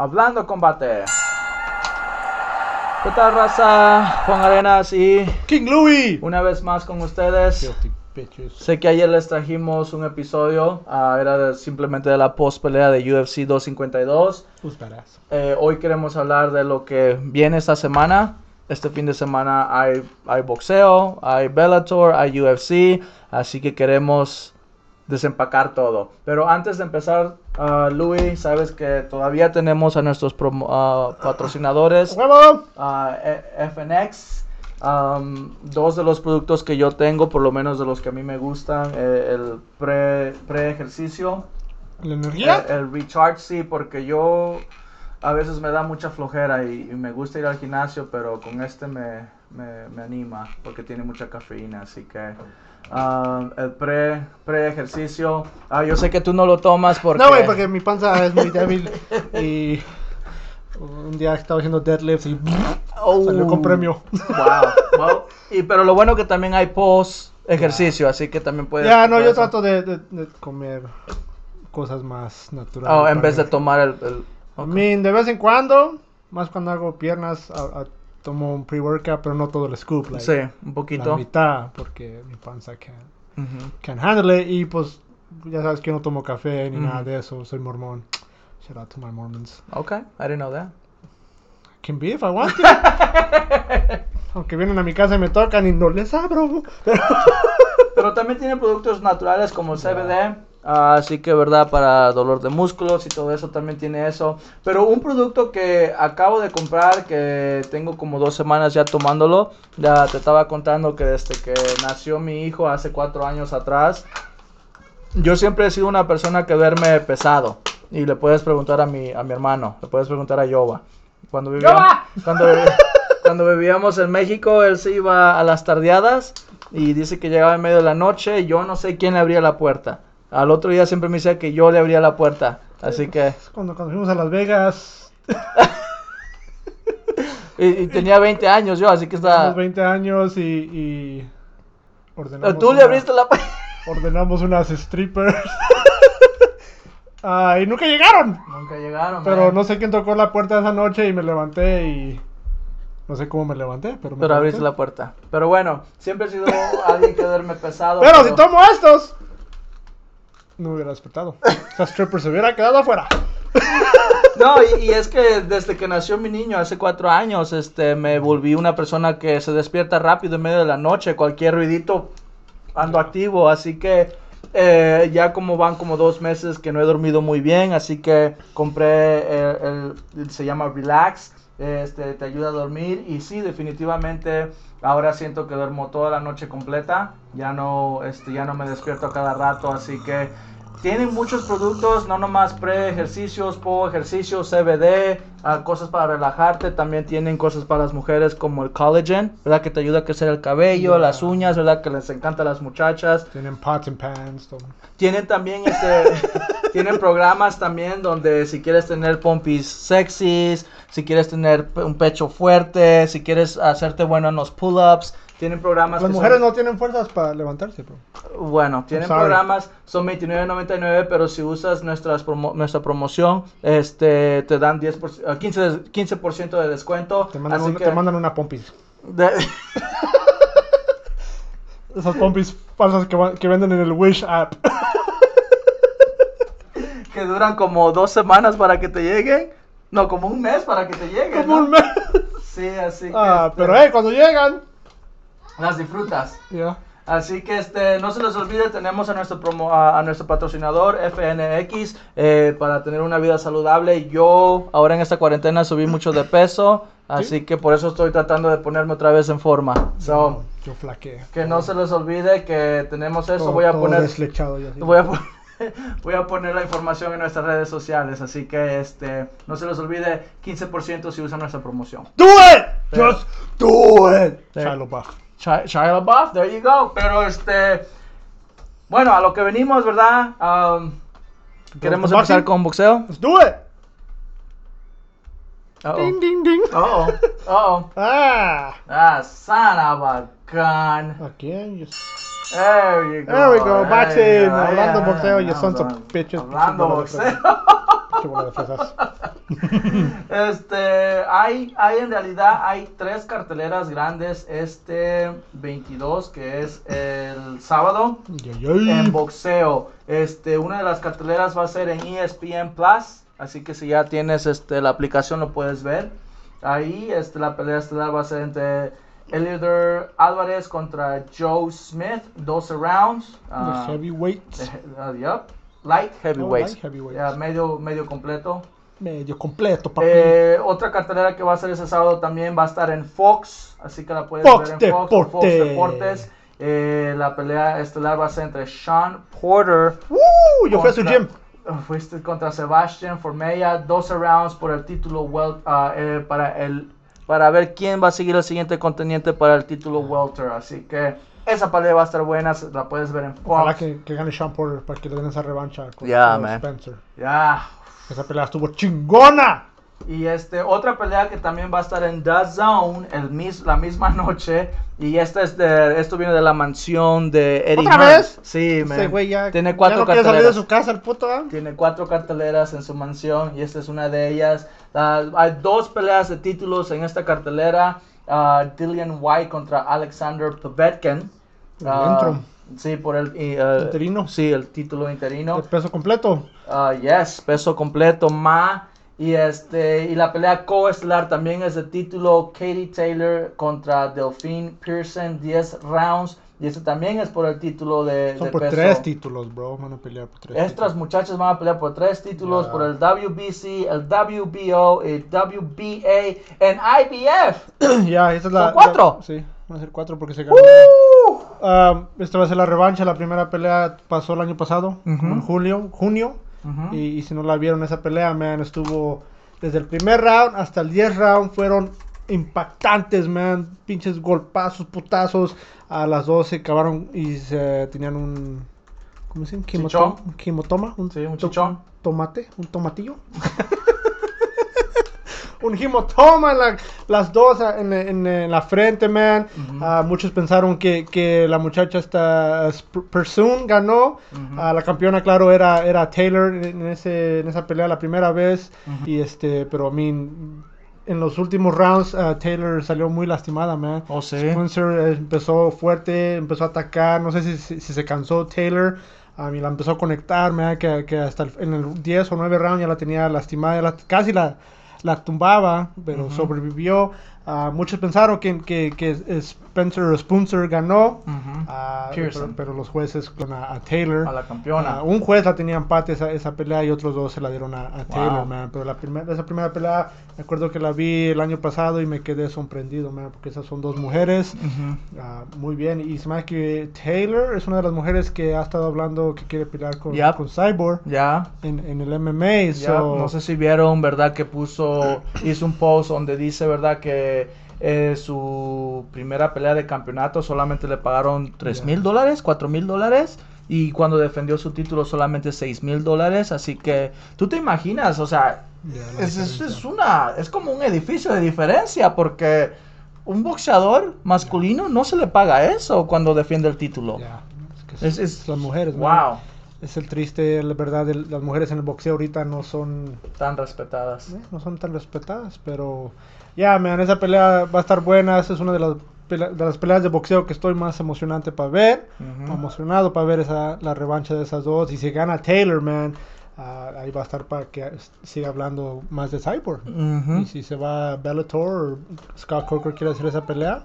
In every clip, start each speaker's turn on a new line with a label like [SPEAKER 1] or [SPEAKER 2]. [SPEAKER 1] Hablando combate. ¿Qué tal, raza? Juan Arenas y
[SPEAKER 2] King Louis.
[SPEAKER 1] una vez más con ustedes. Sé que ayer les trajimos un episodio, ah, era de- simplemente de la post pelea de UFC 252.
[SPEAKER 2] Gustarás.
[SPEAKER 1] Eh, hoy queremos hablar de lo que viene esta semana. Este fin de semana hay, hay boxeo, hay Bellator, hay UFC, así que queremos desempacar todo. Pero antes de empezar, ah, Louis, sabes que todavía tenemos a nuestros promo- ah, patrocinadores.
[SPEAKER 2] ¡Huevo!
[SPEAKER 1] Ah, E- FNX. am, dos de los productos que yo tengo, por lo menos de los que a mí me gustan, eh, el pre- pre-ejercicio,
[SPEAKER 2] ¿La
[SPEAKER 1] el,
[SPEAKER 2] energía?
[SPEAKER 1] el recharge sí, porque yo a veces me da mucha flojera y, y me gusta ir al gimnasio, pero con este me, me- me anima porque tiene mucha cafeína, así que ah, el pre, ejercicio yo sé que tú no lo tomas porque...
[SPEAKER 2] No, güey, porque mi panza es muy débil y un día estaba haciendo deadlifts y
[SPEAKER 1] Oh.
[SPEAKER 2] salió con premio.
[SPEAKER 1] Wow, wow. Y, pero lo bueno que también hay post ejercicio, así que también puedes...
[SPEAKER 2] Ya, no, yo
[SPEAKER 1] puedes-
[SPEAKER 2] trato de, de- de comer cosas más naturales.
[SPEAKER 1] Oh, en
[SPEAKER 2] para
[SPEAKER 1] vez de
[SPEAKER 2] mí.
[SPEAKER 1] tomar el... el-
[SPEAKER 2] I
[SPEAKER 1] ok.
[SPEAKER 2] mean, de vez en cuando, más cuando hago piernas, a- a- tomo un pre-workout, pero no todo el scoop. like,
[SPEAKER 1] Sí, un
[SPEAKER 2] La
[SPEAKER 1] poquito.
[SPEAKER 2] mitad, porque mi panza can't,
[SPEAKER 1] Ujú.
[SPEAKER 2] can't handle it. Y pues, ya sabes que yo no tomo café ni
[SPEAKER 1] Ujú.
[SPEAKER 2] nada de eso, soy mormón. Shout out to my Mormons.
[SPEAKER 1] Ok, I didn't know that.
[SPEAKER 2] Can be if I want to. Aunque vienen a mi casa y me tocan y no les abro.
[SPEAKER 1] Pero también tiene productos naturales como el CBD. ah, así que, ¿verdad? Para dolor de músculos y todo eso también tiene eso. Pero un producto que acabo de comprar, que tengo como dos semanas ya tomándolo. Ya te estaba contando que desde que nació mi hijo hace cuatro años atrás, yo siempre he sido una persona que duerme pesado. Y le puedes preguntar a mi, a mi hermano, le puedes preguntar a Yoba. Cuando vivíamos,
[SPEAKER 2] ¡Yoba!
[SPEAKER 1] cuando, vivi- cuando vivíamos en México, él se iba a las tardeadas y dice que llegaba en medio de la noche y yo no sé quién le abría la puerta. Al otro día siempre me decía que yo le abría la puerta. Así que...
[SPEAKER 2] Cuando, cuando fuimos a Las Vegas,
[SPEAKER 1] Y, y tenía 20 años yo, así que
[SPEAKER 2] unos
[SPEAKER 1] estaba...
[SPEAKER 2] 20 años y. y ordenamos
[SPEAKER 1] Tú le
[SPEAKER 2] una-
[SPEAKER 1] abriste la puerta.
[SPEAKER 2] Ordenamos unas strippers. Ah, y nunca llegaron.
[SPEAKER 1] Nunca llegaron. ¿eh?
[SPEAKER 2] Pero
[SPEAKER 1] man.
[SPEAKER 2] no sé quién tocó la puerta esa noche y me levanté y. No sé cómo me levanté, pero me
[SPEAKER 1] Pero abriste la
[SPEAKER 2] levanté.
[SPEAKER 1] puerta. Pero bueno, siempre he sido alguien que duerme pesado.
[SPEAKER 2] Pero si tomo estos. No me hubiera despertado. Esa stripper se hubiera quedado afuera.
[SPEAKER 1] No, y, y es que desde que nació mi niño, hace cuatro años, este, me volví una persona que se despierta rápido en medio de la noche, cualquier ruidito ando activo, así que eh, ya como van como dos meses que no he dormido muy bien, así que compré eh, el, se llama Relax, este, te ayuda a dormir y sí, definitivamente ahora siento que duermo toda la noche completa, ya no, este, ya no me despierto a cada rato, así que tienen muchos productos, no nomás pre-ejercicios, po-ejercicios, CBD, ah, cosas para relajarte. También tienen cosas para las mujeres como el collagen, ¿verdad? Que te ayuda a crecer el cabello,
[SPEAKER 2] Yeah.
[SPEAKER 1] las uñas, ¿verdad? Que les encanta a las muchachas.
[SPEAKER 2] Tienen pots and pans, todo.
[SPEAKER 1] Tienen también este, tienen programas también donde si quieres tener pompis sexys, si quieres tener pe- un pecho fuerte, si quieres hacerte bueno en los pull-ups, tienen programas.
[SPEAKER 2] Las
[SPEAKER 1] que son-
[SPEAKER 2] mujeres no tienen fuerzas para levantarse, bro.
[SPEAKER 1] Bueno, tienen
[SPEAKER 2] sorry.
[SPEAKER 1] programas, son 29.99, pero si usas nuestras promo- nuestra promoción, este, te dan 10 por- eh, 15, des- 15% de descuento.
[SPEAKER 2] Te mandan,
[SPEAKER 1] así
[SPEAKER 2] una,
[SPEAKER 1] que-
[SPEAKER 2] te mandan una pompis.
[SPEAKER 1] de-
[SPEAKER 2] Esas pompis falsas que, va- que venden en el Wish app.
[SPEAKER 1] que duran como dos semanas para que te lleguen. No, como un mes para que te lleguen.
[SPEAKER 2] Como
[SPEAKER 1] ¿no?
[SPEAKER 2] un mes.
[SPEAKER 1] Sí, así que
[SPEAKER 2] Ah,
[SPEAKER 1] este,
[SPEAKER 2] pero eh, cuando llegan.
[SPEAKER 1] las disfrutas.
[SPEAKER 2] Ya.
[SPEAKER 1] Así que este, no se les olvide, tenemos a nuestro, promo, a, a nuestro patrocinador FNX eh, para tener una vida saludable. Yo ahora en esta cuarentena subí mucho de peso, así que por eso estoy tratando de ponerme otra vez en forma. So,
[SPEAKER 2] Yo flaqueo.
[SPEAKER 1] que no se les olvide que tenemos eso.
[SPEAKER 2] Todo-
[SPEAKER 1] voy a
[SPEAKER 2] todo
[SPEAKER 1] poner...
[SPEAKER 2] deslechado y así.
[SPEAKER 1] Voy a, pon- voy a poner la información en nuestras redes sociales, así que este, no se les olvide 15% si usan nuestra promoción.
[SPEAKER 2] ¡Do it!
[SPEAKER 1] Pero-
[SPEAKER 2] Just do it!
[SPEAKER 1] Sí.
[SPEAKER 2] Shia LaBeouf.
[SPEAKER 1] Chi- Shia LaBeouf, there you go. Pero este, bueno, a lo que venimos, ¿verdad? Um, queremos
[SPEAKER 2] ¿Con
[SPEAKER 1] empezar
[SPEAKER 2] boxing?
[SPEAKER 1] con boxeo.
[SPEAKER 2] Let's do it! Ding,
[SPEAKER 1] Uh
[SPEAKER 2] ding, ding.
[SPEAKER 1] oh, uh oh.
[SPEAKER 2] Ah.
[SPEAKER 1] Ah, son of a gun.
[SPEAKER 2] Aquí hay.
[SPEAKER 1] There you go.
[SPEAKER 2] There we go,
[SPEAKER 1] There
[SPEAKER 2] boxing.
[SPEAKER 1] you go.
[SPEAKER 2] Hablando
[SPEAKER 1] Yeah,
[SPEAKER 2] boxeo, you
[SPEAKER 1] yeah,
[SPEAKER 2] sons of
[SPEAKER 1] hablando-
[SPEAKER 2] bitches.
[SPEAKER 1] Hablando
[SPEAKER 2] Pinche bola de
[SPEAKER 1] boxeo.
[SPEAKER 2] Qué bola de fresas.
[SPEAKER 1] Este, hay, hay en realidad, hay tres carteleras grandes este 22, que es el sábado,
[SPEAKER 2] Ay, ay.
[SPEAKER 1] en boxeo. Este, una de las carteleras va a ser en E ESPN Plus, así que si ya tienes este, la aplicación lo puedes ver. Ahí este, la pelea estelar va a ser entre Elder Álvarez contra Joe Smith, 12 rounds. ah,
[SPEAKER 2] The heavyweights. Oh,
[SPEAKER 1] de- ah, yup, Light heavyweights.
[SPEAKER 2] light heavyweights.
[SPEAKER 1] Ya, medio, medio completo.
[SPEAKER 2] Medio completo, papi.
[SPEAKER 1] Eh, otra cartelera que va a ser ese sábado también va a estar en Fox, así que la puedes
[SPEAKER 2] Fox
[SPEAKER 1] ver en Fox, Fox
[SPEAKER 2] Deportes.
[SPEAKER 1] Deportes. Eh, la pelea estelar va a ser entre Sean Porter. ¡Uh!
[SPEAKER 2] ¡Woo! Yo fui a su
[SPEAKER 1] contra-
[SPEAKER 2] gym.
[SPEAKER 1] Fuiste contra Sebastian Formella, 12 rounds por el título wel- ah, eh, para el para ver quién va a seguir el siguiente contendiente para el título welter. Así que esa pelea va a estar buena, se- la puedes ver en Fox.
[SPEAKER 2] Ojalá que, que gane Sean Porter para que le den esa revancha con
[SPEAKER 1] Yeah,
[SPEAKER 2] con
[SPEAKER 1] man.
[SPEAKER 2] Spencer.
[SPEAKER 1] Ya.
[SPEAKER 2] Esa pelea estuvo chingona.
[SPEAKER 1] Y este, otra pelea que también va a estar en The Zone el mis, la misma noche. Y esta es de, esto viene de la mansión de Eddie
[SPEAKER 2] ¿Otra
[SPEAKER 1] Hearn.
[SPEAKER 2] vez?
[SPEAKER 1] Sí, man.
[SPEAKER 2] Ese güey ya,
[SPEAKER 1] Tiene
[SPEAKER 2] ya
[SPEAKER 1] cuatro
[SPEAKER 2] no quiere salir de
[SPEAKER 1] carteleras.
[SPEAKER 2] su casa el puto. ¿ah?
[SPEAKER 1] Tiene cuatro carteleras en su mansión y esta es una de ellas. Ah, hay dos peleas de títulos en esta cartelera. Ah, Dillian White contra Alexander Povetkin.
[SPEAKER 2] El
[SPEAKER 1] Ah,
[SPEAKER 2] interim.
[SPEAKER 1] sí, por el... y, ah,
[SPEAKER 2] Interino.
[SPEAKER 1] Sí, el título interino.
[SPEAKER 2] El peso completo.
[SPEAKER 1] Ah, yes, peso completo, ma. Y, este, y la pelea coestelar también es de título Katie Taylor contra Delphine Pearson, 10 rounds. Y este también es por el título de,
[SPEAKER 2] Son
[SPEAKER 1] de
[SPEAKER 2] por
[SPEAKER 1] peso.
[SPEAKER 2] tres títulos, bro. Van a pelear por tres
[SPEAKER 1] Estas muchachas van a pelear por tres títulos,
[SPEAKER 2] Ya.
[SPEAKER 1] por el WBC, el WBO, el WBA, en IBF.
[SPEAKER 2] títulos. ya, esa es la.
[SPEAKER 1] ¿Son cuatro? ¡Uh!
[SPEAKER 2] la- sí, van a ser cuatro porque se ganó.
[SPEAKER 1] ¡Woo!
[SPEAKER 2] Ah, esta va a ser la revancha. La primera pelea pasó el año pasado, como
[SPEAKER 1] Ujú.
[SPEAKER 2] en julio, junio.
[SPEAKER 1] Ujú.
[SPEAKER 2] Y, y si no la vieron, esa pelea, man, estuvo desde el primer round hasta el 10 round. Fueron impactantes, man. Pinches golpazos, putazos. A las 12 acabaron y se tenían un. ¿Cómo se dice?
[SPEAKER 1] Chichón.
[SPEAKER 2] Un quimotoma. Un,
[SPEAKER 1] Sí, un
[SPEAKER 2] to-
[SPEAKER 1] chichón.
[SPEAKER 2] tomate, un tomatillo. un hemotoma en la- las dos en, en- en la frente, man.
[SPEAKER 1] Ujú.
[SPEAKER 2] Ah, muchos pensaron que, que la muchacha esta Sp- Persoon ganó.
[SPEAKER 1] Ujú.
[SPEAKER 2] Ah, la campeona, claro, era, era Taylor en, ese, en esa pelea la primera vez.
[SPEAKER 1] Ujú.
[SPEAKER 2] Y este, pero a mí en los últimos rounds ah, Taylor salió muy lastimada, man.
[SPEAKER 1] Oh, sí.
[SPEAKER 2] Spencer eh, empezó fuerte, empezó a atacar, no sé si, si- si se cansó Taylor, a mí la empezó a conectar, me da que, que hasta el- en el 10 o 9 round ya la tenía lastimada, ya la- casi la, la tumbaba, pero
[SPEAKER 1] Ujú.
[SPEAKER 2] sobrevivió. Ah, muchos pensaron que, que, que Spencer o Spencer ganó,
[SPEAKER 1] Ujú.
[SPEAKER 2] ah, pero,
[SPEAKER 1] Pearson.
[SPEAKER 2] pero los jueces con a, a Taylor.
[SPEAKER 1] A la campeona.
[SPEAKER 2] Ah, un juez la tenía empate esa, esa pelea y otros dos se la dieron a, a Taylor,
[SPEAKER 1] Wow.
[SPEAKER 2] man. Pero la primera, esa primera pelea, me acuerdo que la vi el año pasado y me quedé sorprendido, man, porque esas son dos mujeres.
[SPEAKER 1] Ujú.
[SPEAKER 2] Ah, muy bien, y se me hace que Taylor es una de las mujeres que ha estado hablando que quiere pelear con,
[SPEAKER 1] Yep.
[SPEAKER 2] con Cyborg
[SPEAKER 1] Ya.
[SPEAKER 2] en, en el MMA.
[SPEAKER 1] Ya,
[SPEAKER 2] so-
[SPEAKER 1] no sé si vieron, ¿verdad? Que puso, hizo un post donde dice, ¿verdad? Que eh, su primera pelea de campeonato solamente le pagaron 3
[SPEAKER 2] Ya.
[SPEAKER 1] mil dólares, 4 mil dólares. Y cuando defendió su título solamente 6 mil dólares. Así que, ¿tú te imaginas? O sea,
[SPEAKER 2] Ya, la
[SPEAKER 1] es, es-
[SPEAKER 2] diferencia.
[SPEAKER 1] es una, es como un edificio de diferencia porque un boxeador masculino no se le paga eso cuando defiende el título.
[SPEAKER 2] Ya, es que
[SPEAKER 1] Oh. Es-
[SPEAKER 2] es,
[SPEAKER 1] es-
[SPEAKER 2] las mujeres, man.
[SPEAKER 1] Wow,
[SPEAKER 2] Es el triste, la verdad, el- las mujeres en el boxeo ahorita no son
[SPEAKER 1] tan respetadas.
[SPEAKER 2] eh, no son tan respetadas, pero ya, man, esa pelea va a estar buena. Esa es una de las, pele- de las peleas de boxeo que estoy más emocionante para ver.
[SPEAKER 1] Ujú.
[SPEAKER 2] Emocionado para ver esa, la revancha de esas dos. Y si gana Taylor, man, ah, ahí va a estar para que s- siga hablando más de Cyborg.
[SPEAKER 1] Ujú.
[SPEAKER 2] Y si se va Bellator o Scott Coker quiere hacer esa pelea,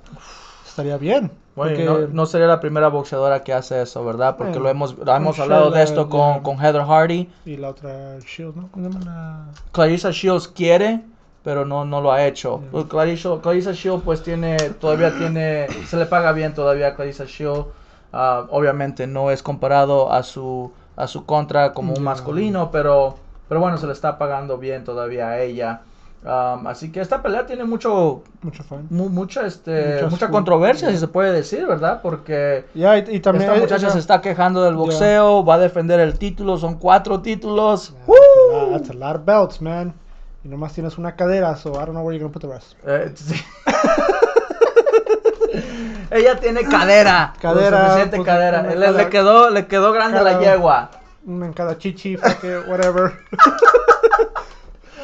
[SPEAKER 2] estaría bien.
[SPEAKER 1] Bueno, y
[SPEAKER 2] porque-
[SPEAKER 1] no, no sería la primera boxeadora que hace eso, ¿verdad? Porque
[SPEAKER 2] Bueno,
[SPEAKER 1] lo hemos, lo hemos
[SPEAKER 2] sure
[SPEAKER 1] hablado de
[SPEAKER 2] la-
[SPEAKER 1] esto con,
[SPEAKER 2] la-
[SPEAKER 1] con Heather Hardy.
[SPEAKER 2] Y la otra Shield, ¿no? ¿Cómo se llama la-
[SPEAKER 1] Clarissa Shields quiere, pero no, no lo ha hecho.
[SPEAKER 2] Ya.
[SPEAKER 1] Pues Clarissa, Clarissa Shields pues tiene, todavía tiene, se le paga bien todavía a Clarissa Shields. Ah, obviamente no es comparado a su, a su contra como un
[SPEAKER 2] Ya.
[SPEAKER 1] masculino, pero, pero bueno, se le está pagando bien todavía a ella. Ah, así que esta pelea tiene mucho,
[SPEAKER 2] Mucho fan.
[SPEAKER 1] mu- mucha, este,
[SPEAKER 2] Muchas
[SPEAKER 1] mucha
[SPEAKER 2] ju-
[SPEAKER 1] controversia, si se puede decir, ¿verdad? Porque...
[SPEAKER 2] Ya, y, y también.
[SPEAKER 1] Esta muchacha
[SPEAKER 2] esa-
[SPEAKER 1] se está quejando del
[SPEAKER 2] Ya.
[SPEAKER 1] boxeo, va a defender el título, son cuatro títulos.
[SPEAKER 2] Yeah,
[SPEAKER 1] ¡Woo!
[SPEAKER 2] That's, a lot, that's a lot of belts, man. Y nomás tienes una cadera, so I don't know where you're gonna put the rest.
[SPEAKER 1] Eh, sí. Ella tiene cadera,
[SPEAKER 2] Cadera,
[SPEAKER 1] cadera suficiente
[SPEAKER 2] pues,
[SPEAKER 1] cadera.
[SPEAKER 2] una
[SPEAKER 1] Le, le
[SPEAKER 2] cada-
[SPEAKER 1] quedó, le quedó grande la
[SPEAKER 2] cada-
[SPEAKER 1] yegua.
[SPEAKER 2] Una en cada chichi, fuck it, whatever.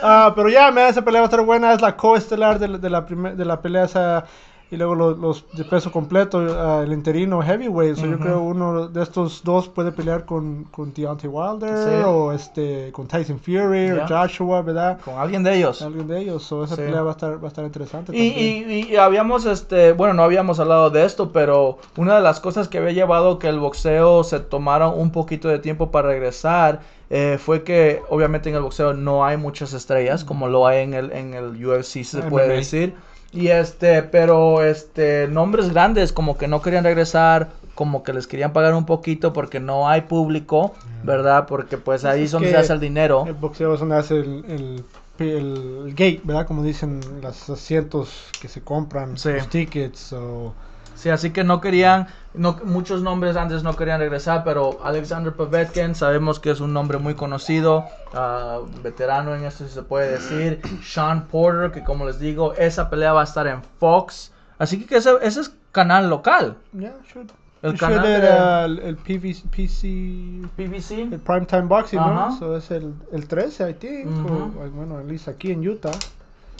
[SPEAKER 2] Ah, pero ya, me esa pelea va a estar buena. Es la coestelar de, la- de la, primer- de la pelea esa. Y luego los, los de peso completo, ah, el interino heavyweight. So, Yo
[SPEAKER 1] Ujú.
[SPEAKER 2] creo uno de estos dos puede pelear con, con Deontay Wilder
[SPEAKER 1] Sí.
[SPEAKER 2] o este, con Tyson Fury
[SPEAKER 1] Ya.
[SPEAKER 2] o Joshua, ¿verdad?
[SPEAKER 1] Con alguien de ellos.
[SPEAKER 2] Alguien de ellos. So, esa
[SPEAKER 1] Sí.
[SPEAKER 2] pelea va a estar, va a estar interesante.
[SPEAKER 1] Y,
[SPEAKER 2] también.
[SPEAKER 1] y- y habíamos, este, bueno, no habíamos hablado de esto, pero una de las cosas que había llevado que el boxeo se tomara un poquito de tiempo para regresar eh, fue que obviamente en el boxeo no hay muchas
[SPEAKER 2] Mm.
[SPEAKER 1] estrellas como lo hay en el, en el UFC, si se
[SPEAKER 2] MMA.
[SPEAKER 1] puede decir. Y este, pero este, nombres grandes como que no querían regresar, como que les querían pagar un poquito porque no hay público, ¿verdad? Porque pues ahí
[SPEAKER 2] Mm. es
[SPEAKER 1] es donde
[SPEAKER 2] que
[SPEAKER 1] se hace el dinero.
[SPEAKER 2] El boxeo es donde hace el, el- el gate, ¿verdad? Como dicen, los asientos que se compran,
[SPEAKER 1] Sí.
[SPEAKER 2] los tickets o...
[SPEAKER 1] Sí, así que no querían, no, muchos nombres antes no querían regresar, pero Alexander Povetkin sabemos que es un nombre muy conocido, ah, veterano en esto si se puede decir. Sean Porter, que como les digo, esa pelea va a estar en Fox. Así que ese, ese es canal local.
[SPEAKER 2] Yeah, should.
[SPEAKER 1] El
[SPEAKER 2] should
[SPEAKER 1] canal
[SPEAKER 2] era uh, el, el PVC, PC, el
[SPEAKER 1] PBC.
[SPEAKER 2] Primetime Boxing,
[SPEAKER 1] Ajá.
[SPEAKER 2] ¿no? So es el, el 13, I think.
[SPEAKER 1] Ujú.
[SPEAKER 2] o, bueno, at least aquí en Utah.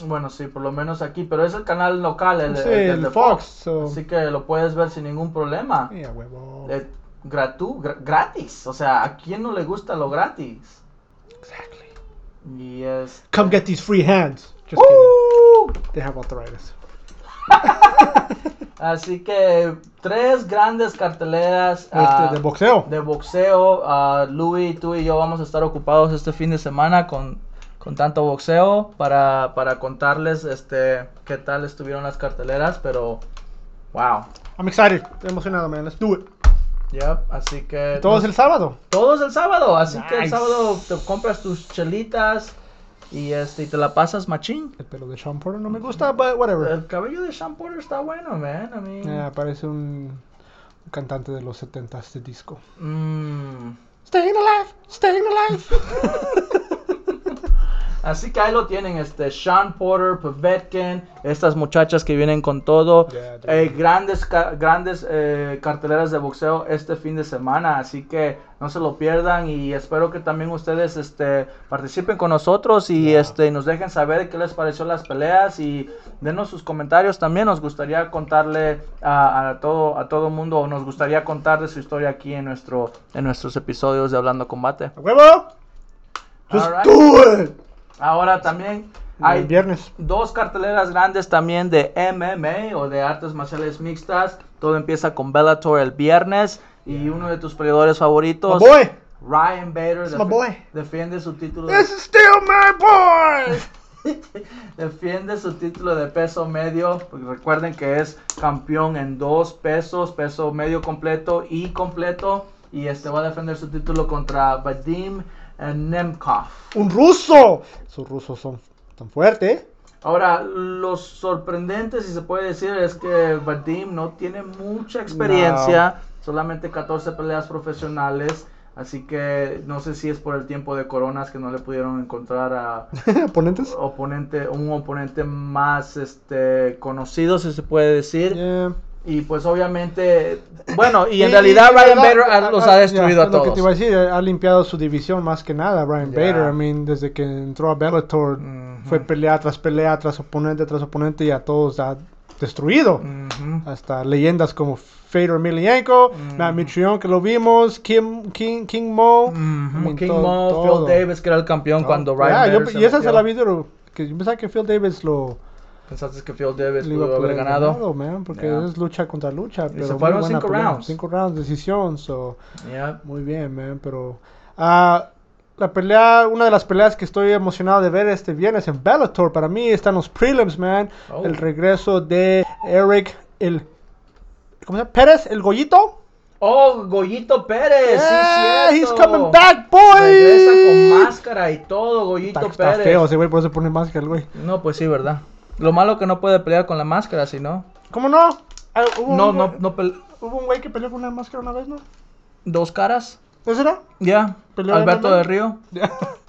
[SPEAKER 1] Bueno, sí, por lo menos aquí, pero es el canal local, el,
[SPEAKER 2] Sí,
[SPEAKER 1] el- el
[SPEAKER 2] el
[SPEAKER 1] de Fox.
[SPEAKER 2] Fox, so-
[SPEAKER 1] Así que lo puedes ver sin ningún problema.
[SPEAKER 2] Yeah, huevo.
[SPEAKER 1] Eh, gratu- gra- gratis. O sea, ¿a quién no le gusta lo gratis?
[SPEAKER 2] Exactly.
[SPEAKER 1] Y es...
[SPEAKER 2] Come get these free hands. Just
[SPEAKER 1] ¡Uh!
[SPEAKER 2] kidding. They have arthritis.
[SPEAKER 1] Así que tres grandes carteleras ah,
[SPEAKER 2] este, de boxeo.
[SPEAKER 1] de boxeo. Ah, Louis, tú y yo vamos a estar ocupados este fin de semana con, con tanto boxeo para, para contarles este qué tal estuvieron las carteleras, pero wow.
[SPEAKER 2] I'm excited. Estoy emocionado, man. Let's do it.
[SPEAKER 1] Yep, así que
[SPEAKER 2] Todos el sábado.
[SPEAKER 1] todos el sábado, así que el
[SPEAKER 2] Nice.
[SPEAKER 1] sábado te compras tus chelitas y este y te la pasas machín.
[SPEAKER 2] El pelo de Sean Porter no me gusta, but whatever.
[SPEAKER 1] El cabello de Sean Porter está bueno, man. I mean,
[SPEAKER 2] Eh, parece un, un cantante de los 70s de disco.
[SPEAKER 1] mm.
[SPEAKER 2] Staying alive, staying alive.
[SPEAKER 1] Así que ahí lo tienen, este, Sean Porter, Povetkin, estas muchachas que vienen con todo.
[SPEAKER 2] Yeah, dude.
[SPEAKER 1] Eh, grandes ca- grandes eh, carteleras de boxeo este fin de semana, así que no se lo pierdan y espero que también ustedes este, participen con nosotros y
[SPEAKER 2] Yeah.
[SPEAKER 1] este, nos dejen saber qué les pareció las peleas y denos sus comentarios también, nos gustaría contarle a, a todo a todo mundo, o nos gustaría contarles su historia aquí en, nuestro, en nuestros episodios de Hablando Combate.
[SPEAKER 2] ¡A huevo! Just
[SPEAKER 1] Alright.
[SPEAKER 2] do it.
[SPEAKER 1] Ahora también
[SPEAKER 2] El
[SPEAKER 1] hay...
[SPEAKER 2] viernes.
[SPEAKER 1] Dos carteleras grandes también de MMA o de artes marciales mixtas. Todo empieza con Bellator el viernes. Y uno de tus peleadores favoritos,
[SPEAKER 2] My boy.
[SPEAKER 1] Ryan Bader,
[SPEAKER 2] It's my boy.
[SPEAKER 1] defiende su título. de-
[SPEAKER 2] This is still my boy.
[SPEAKER 1] defiende su título de peso medio. porque Recuerden que es campeón en dos pesos, peso medio completo y completo. Y este va a defender su título contra Vadim eh, Nemkov.
[SPEAKER 2] Un ruso. Sus rusos son tan fuertes.
[SPEAKER 1] Ahora, lo sorprendente, si se puede decir, es que Vadim no tiene mucha experiencia, solamente 14 peleas profesionales, así que no sé si es por el tiempo de coronas que no le pudieron encontrar a
[SPEAKER 2] ¿eh? Oponentes.
[SPEAKER 1] oponente, un oponente más este conocido, si se puede decir.
[SPEAKER 2] Yeah.
[SPEAKER 1] Y pues obviamente, bueno, y en realidad Ryan
[SPEAKER 2] verdad,
[SPEAKER 1] Bader ha- los
[SPEAKER 2] ah,
[SPEAKER 1] ha
[SPEAKER 2] ah,
[SPEAKER 1] destruido
[SPEAKER 2] ya,
[SPEAKER 1] a
[SPEAKER 2] es Lo que te iba a
[SPEAKER 1] todos.
[SPEAKER 2] decir, eh, ha limpiado su división más que nada, Ryan
[SPEAKER 1] Ya. Mm,
[SPEAKER 2] Bader. I mean, desde que entró a Bellator,
[SPEAKER 1] Ujú.
[SPEAKER 2] fue pelea tras pelea, tras oponente, tras oponente, y a todos ha destruido.
[SPEAKER 1] Ujú.
[SPEAKER 2] Hasta leyendas como Fedor Emelianenko,
[SPEAKER 1] Mm.
[SPEAKER 2] Matt Mitrione, que lo vimos, Kim, King, King Mo, I mean,
[SPEAKER 1] King
[SPEAKER 2] todo-
[SPEAKER 1] Mo,
[SPEAKER 2] todo.
[SPEAKER 1] Phil Davis, que era el campeón
[SPEAKER 2] No,
[SPEAKER 1] cuando
[SPEAKER 2] ya,
[SPEAKER 1] Ryan
[SPEAKER 2] yo-
[SPEAKER 1] Bader se
[SPEAKER 2] y esa se
[SPEAKER 1] metió.
[SPEAKER 2] la vi, pero que yo pensaba que Phil Davis lo
[SPEAKER 1] Pensaste que Phil Davis
[SPEAKER 2] le iba a
[SPEAKER 1] pudo haber
[SPEAKER 2] poder
[SPEAKER 1] ganado.
[SPEAKER 2] man, porque
[SPEAKER 1] Ya.
[SPEAKER 2] es lucha contra lucha. Pero
[SPEAKER 1] se
[SPEAKER 2] muy
[SPEAKER 1] fueron
[SPEAKER 2] buena
[SPEAKER 1] cinco
[SPEAKER 2] pelea.
[SPEAKER 1] rounds.
[SPEAKER 2] Cinco rounds, decisión. So,
[SPEAKER 1] Yeah.
[SPEAKER 2] muy bien, man, pero... ah, la pelea, una de las peleas que estoy emocionado de ver este viernes en Bellator, para mí están los prelims, man.
[SPEAKER 1] Oh.
[SPEAKER 2] El regreso de Eric, el... ¿Cómo se llama? ¿Pérez? ¿El Goyito?
[SPEAKER 1] Oh, Goyito Pérez.
[SPEAKER 2] Yeah,
[SPEAKER 1] sí,
[SPEAKER 2] he's
[SPEAKER 1] cierto.
[SPEAKER 2] coming back, boy!
[SPEAKER 1] Regresa con máscara y todo, Goyito
[SPEAKER 2] Está, está
[SPEAKER 1] Pérez.
[SPEAKER 2] feo ese güey, por eso pone máscara el güey.
[SPEAKER 1] No, pues sí, verdad. Lo malo que no puede pelear con la máscara, si no.
[SPEAKER 2] ¿Cómo no? Ah, hubo
[SPEAKER 1] No,
[SPEAKER 2] un
[SPEAKER 1] no,
[SPEAKER 2] güey-
[SPEAKER 1] no pele-
[SPEAKER 2] Hubo un güey que peleó con una máscara una vez, ¿no?
[SPEAKER 1] Dos caras.
[SPEAKER 2] ¿Ese era?
[SPEAKER 1] Ya.
[SPEAKER 2] Peleó
[SPEAKER 1] Alberto
[SPEAKER 2] MMA.
[SPEAKER 1] del Río.